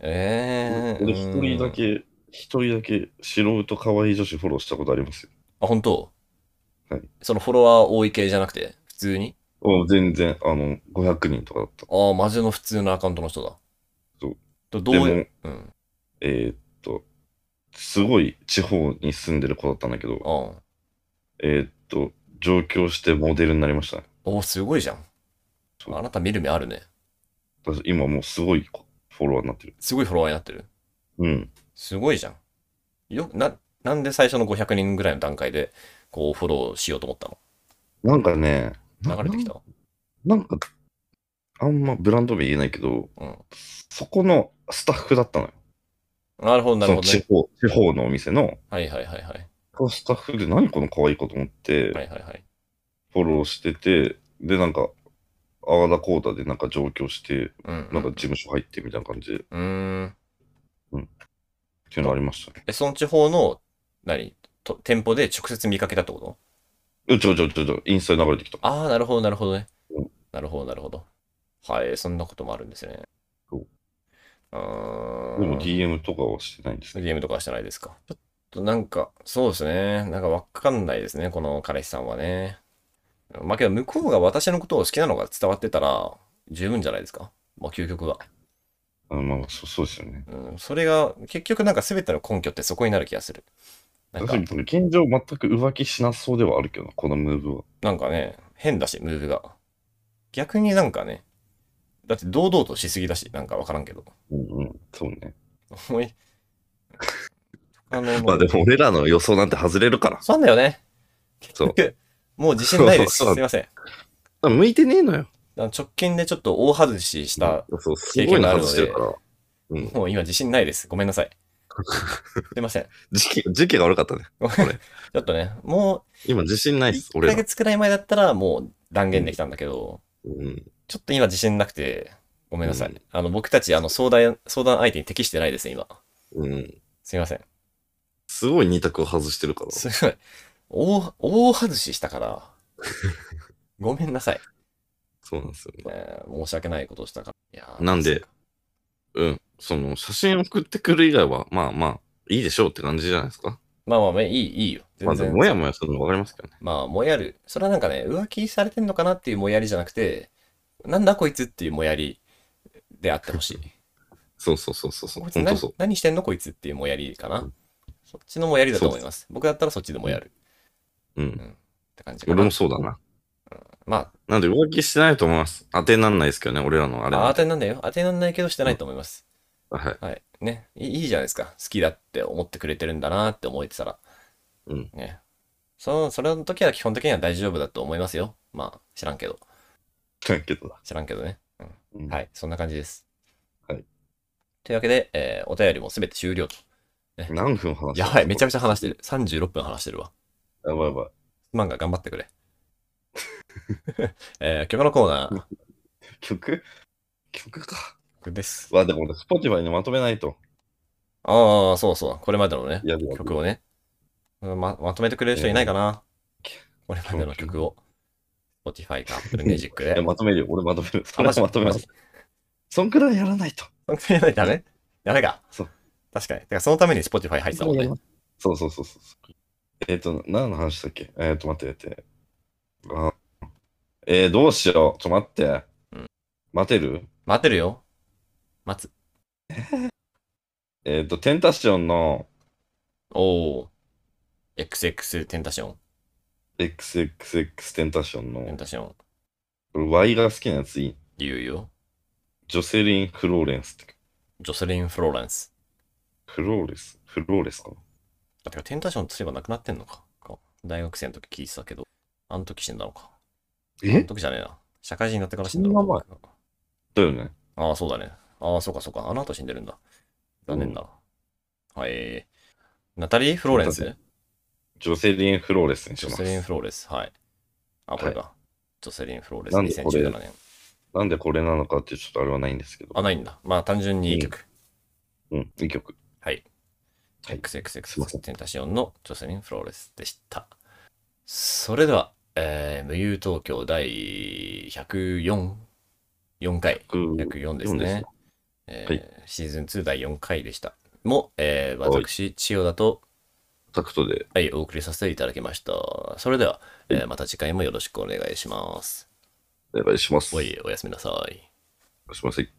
[SPEAKER 2] えー。
[SPEAKER 1] 俺一人だ
[SPEAKER 2] うん。
[SPEAKER 1] け、一人だけ素人可愛い女子フォローしたことありますよ。
[SPEAKER 2] あ、本当
[SPEAKER 1] はい
[SPEAKER 2] そのフォロワー多い系じゃなくて、普通に
[SPEAKER 1] うん全然、あの、500人とかだった。
[SPEAKER 2] ああ、マジの普通のアカウントの人だ。
[SPEAKER 1] そう
[SPEAKER 2] ど。どう
[SPEAKER 1] でも、
[SPEAKER 2] いう、うん。
[SPEAKER 1] えーっと、すごい地方に住んでる子だったんだけど、
[SPEAKER 2] ああ。
[SPEAKER 1] えーっと、上京してモデルになりましたね。
[SPEAKER 2] おーすごいじゃん。
[SPEAKER 1] そう
[SPEAKER 2] あなた見る目あるね。
[SPEAKER 1] 私今もうすごい子フォロワーになってる。
[SPEAKER 2] すごいフォロワーになってる。
[SPEAKER 1] うん。
[SPEAKER 2] すごいじゃん。よ、な、なんで最初の500人ぐらいの段階で、こう、フォローしようと思った
[SPEAKER 1] なんかね、な
[SPEAKER 2] の流れてきた
[SPEAKER 1] なんか、あんまブランド名言えないけど、
[SPEAKER 2] うん
[SPEAKER 1] そこのスタッフだったのよ。
[SPEAKER 2] なるほど、な
[SPEAKER 1] そ
[SPEAKER 2] る
[SPEAKER 1] の
[SPEAKER 2] ほど
[SPEAKER 1] 地
[SPEAKER 2] ね。
[SPEAKER 1] 方、地方のお店の、
[SPEAKER 2] はいはいはいはい。
[SPEAKER 1] このスタッフで何この可愛い子と思って、
[SPEAKER 2] はいはいはい。
[SPEAKER 1] フォローしてて、で、なんか、ああだこうだでなんか上京して、
[SPEAKER 2] うん。
[SPEAKER 1] なんか事務所入ってみたいな感じで、っ
[SPEAKER 2] うーん。
[SPEAKER 1] ていうのありましたね。
[SPEAKER 2] え、その地方の、何と店舗で直接見かけたってこと
[SPEAKER 1] うんちょちょちょちょ、インスタに流れてきた。
[SPEAKER 2] ああ、なるほど、なるほどね
[SPEAKER 1] うん。
[SPEAKER 2] なるほど、なるほど。はい、そんなこともあるんですね。
[SPEAKER 1] そう
[SPEAKER 2] うー
[SPEAKER 1] でも
[SPEAKER 2] ん。
[SPEAKER 1] DM とかはしてないんですね。
[SPEAKER 2] DM とかはしてないですか。ちょっとなんか、そうですね。なんかわかんないですね、この彼氏さんはね。まあけど、向こうが私のことを好きなのが伝わってたら、十分じゃないですか。まあ、究極は。
[SPEAKER 1] うん、まあ、そうそうですよね。
[SPEAKER 2] うん、それが、結局なんか全ての根拠ってそこになる気がする。なんか、
[SPEAKER 1] 確かに現状全く浮気しなそうではあるけどな、このムーブは。
[SPEAKER 2] なんかね、変だし、ムーブが。逆になんかね、だって堂々としすぎだし、なんかわからんけど。
[SPEAKER 1] うんうん、そうね。
[SPEAKER 2] おい。あの、
[SPEAKER 3] まあでも俺らの予想なんて外れるから。
[SPEAKER 2] そうなんだよね。
[SPEAKER 3] そう。
[SPEAKER 2] もう自信ないです。す
[SPEAKER 3] そうそう
[SPEAKER 2] いません。
[SPEAKER 3] 向いてねえのよ。
[SPEAKER 2] あの直近でちょっと大外しした、
[SPEAKER 3] そう、すごいの外してるから。うん。
[SPEAKER 2] もう今自信ないです。ごめん なさい。すいません。ち
[SPEAKER 3] 時期、時期が悪かったね。
[SPEAKER 2] ょっとね、も
[SPEAKER 3] 今自信な
[SPEAKER 2] う
[SPEAKER 3] いです、
[SPEAKER 2] 1
[SPEAKER 3] 俺
[SPEAKER 2] ヶ
[SPEAKER 3] ら。
[SPEAKER 2] 月くらい前だったらもう断言できたんだけど、
[SPEAKER 3] うん。
[SPEAKER 2] ちょっと今自信なくて、ごめんなさい。
[SPEAKER 3] うん
[SPEAKER 2] あの、僕たち、あの、相談、相談相手に適してないです、今。
[SPEAKER 3] うん。
[SPEAKER 2] すいません。
[SPEAKER 3] すごい二択を外してるから。
[SPEAKER 2] すごい。大、大外しした から。ごめんなさい。
[SPEAKER 3] そうなんですよね。
[SPEAKER 2] えー申し訳ないことをしたから。いやー
[SPEAKER 3] なんで、うん。その、写真送ってくる以外は、まあまあ、いいでしょうって感じじゃないですか。
[SPEAKER 2] まあまあまあ、いい、いいよ。
[SPEAKER 3] まあで
[SPEAKER 2] 全然。
[SPEAKER 3] も、もやもやするの分かりますけどね。
[SPEAKER 2] まあ、もやる。それはなんかね、浮気されてんのかなっていうもやりじゃなくて、なんだこいつっていうもやりであってほしい。
[SPEAKER 3] そうそうそうそうそう。
[SPEAKER 2] こいつ
[SPEAKER 3] 本当
[SPEAKER 2] 何
[SPEAKER 3] そう。
[SPEAKER 2] 何してんのこいつっていうもやりかな。
[SPEAKER 3] うん
[SPEAKER 2] そっちのもやりだと思います。僕だったらそっちでもやる。
[SPEAKER 3] う
[SPEAKER 2] うん
[SPEAKER 3] ん。
[SPEAKER 2] って感じかな。
[SPEAKER 3] 俺もそうだな。
[SPEAKER 2] ま
[SPEAKER 3] なんで浮気してないと思います。当てになんないですけどね、俺らのあ
[SPEAKER 2] あ、
[SPEAKER 3] れ
[SPEAKER 2] あ
[SPEAKER 3] は
[SPEAKER 2] 当。てになんないよ。当てになんないけどしてないと思います。
[SPEAKER 3] はい。
[SPEAKER 2] はい。ねいい。いいじゃないですか。好きだって思ってくれてるんだなって思えてたら。
[SPEAKER 3] うん。
[SPEAKER 2] ね。その、それの時は基本的には大丈夫だと思いますよ。まあ、知らんけど。
[SPEAKER 1] だけどだ。
[SPEAKER 2] 知らんけどね。うん。
[SPEAKER 1] うん
[SPEAKER 2] はい、そんな感じです。
[SPEAKER 1] はい。
[SPEAKER 2] というわけで、えーお便りもすべて終了と。
[SPEAKER 1] 何分話した
[SPEAKER 2] やばい、めちゃ
[SPEAKER 1] くち
[SPEAKER 2] めちゃ話してる。36分話してるわ。
[SPEAKER 1] ゃ。やばいやばい。
[SPEAKER 2] マンガ頑張ってくれ。えー、曲のコーナ
[SPEAKER 1] 曲曲か。
[SPEAKER 2] ーです。
[SPEAKER 1] わ、でも俺、Spotify にまとめないと。
[SPEAKER 2] ああ、そうそう、これまでのね、
[SPEAKER 1] やるやる
[SPEAKER 2] 曲をね、うんま、まとめてくれる人いないかな、これまでの曲を、Spotify か Apple Music
[SPEAKER 1] いや
[SPEAKER 2] で。
[SPEAKER 1] まとめるよ。俺まとめる。そ
[SPEAKER 2] あ
[SPEAKER 1] れ
[SPEAKER 2] マ
[SPEAKER 1] は
[SPEAKER 2] ジ
[SPEAKER 1] まとめま
[SPEAKER 2] マ
[SPEAKER 1] す
[SPEAKER 2] ジ。
[SPEAKER 1] そんくらいやらないと。
[SPEAKER 2] そんくらいやらないとダメダメか。
[SPEAKER 1] そう。
[SPEAKER 2] 確かに。だからそのために Spotify 入ってたもんね。
[SPEAKER 1] そうそうそうそう。えっ、と、何の話したっけえっ、と、待って待って。あえー、どうしよう。ちょ、待って。
[SPEAKER 2] うん
[SPEAKER 1] 待てる
[SPEAKER 2] 待ってるよ。待つ。
[SPEAKER 1] えっ、と、テンタションの
[SPEAKER 2] おー。XX テンタション。
[SPEAKER 1] XXX テンタション
[SPEAKER 2] テン
[SPEAKER 1] の
[SPEAKER 2] タション。
[SPEAKER 1] 俺 Y が好きなやついい。
[SPEAKER 2] 言うよ。
[SPEAKER 1] ジョセリン・フローレンスって。
[SPEAKER 2] ジョセリン・フローレンス。
[SPEAKER 1] フローレスフローレスかな
[SPEAKER 2] だってかテンタションつればなくなってんのか。か大学生の時聞いてたけど。あの時死んだのか。あの
[SPEAKER 1] え
[SPEAKER 2] 時じゃねえな。社会人になってから死んだの
[SPEAKER 1] そんな前だよね。
[SPEAKER 2] ああ、そうだね。ああ、そうかそうか。あの後死んでるんだ。残念だ。はい。ナタリー・フローレンス
[SPEAKER 1] ジョセリン・フローレスにし
[SPEAKER 2] ジョ
[SPEAKER 1] ま
[SPEAKER 2] セリン・
[SPEAKER 1] す。
[SPEAKER 2] フローレス。はい。あ、これか。ジョセリン・フローレス
[SPEAKER 1] なんでこれ
[SPEAKER 2] 2017年。
[SPEAKER 1] なんでこれなのかってちょっとあれはないんですけど。
[SPEAKER 2] あ、ないんだ。まあ単純にいい曲。
[SPEAKER 1] うん、いい曲。
[SPEAKER 2] はい。
[SPEAKER 1] はいすいませ
[SPEAKER 2] XXX
[SPEAKER 1] ん
[SPEAKER 2] テンタシオンのジョセリン・フローレスでした。それでは、えー、無憂東京第104、4回。104です
[SPEAKER 1] 104です
[SPEAKER 2] ね
[SPEAKER 1] ね。
[SPEAKER 2] え
[SPEAKER 1] は
[SPEAKER 2] ー
[SPEAKER 1] い
[SPEAKER 2] シーズン2第4回でした。も、えー、私、千代田と、
[SPEAKER 1] タクトで。
[SPEAKER 2] はい、お送りさせていただきました。それでは、えーまた次回もよろしくお願いします。
[SPEAKER 1] お願いします。
[SPEAKER 2] おい、おやすみなさい。
[SPEAKER 1] お願いします。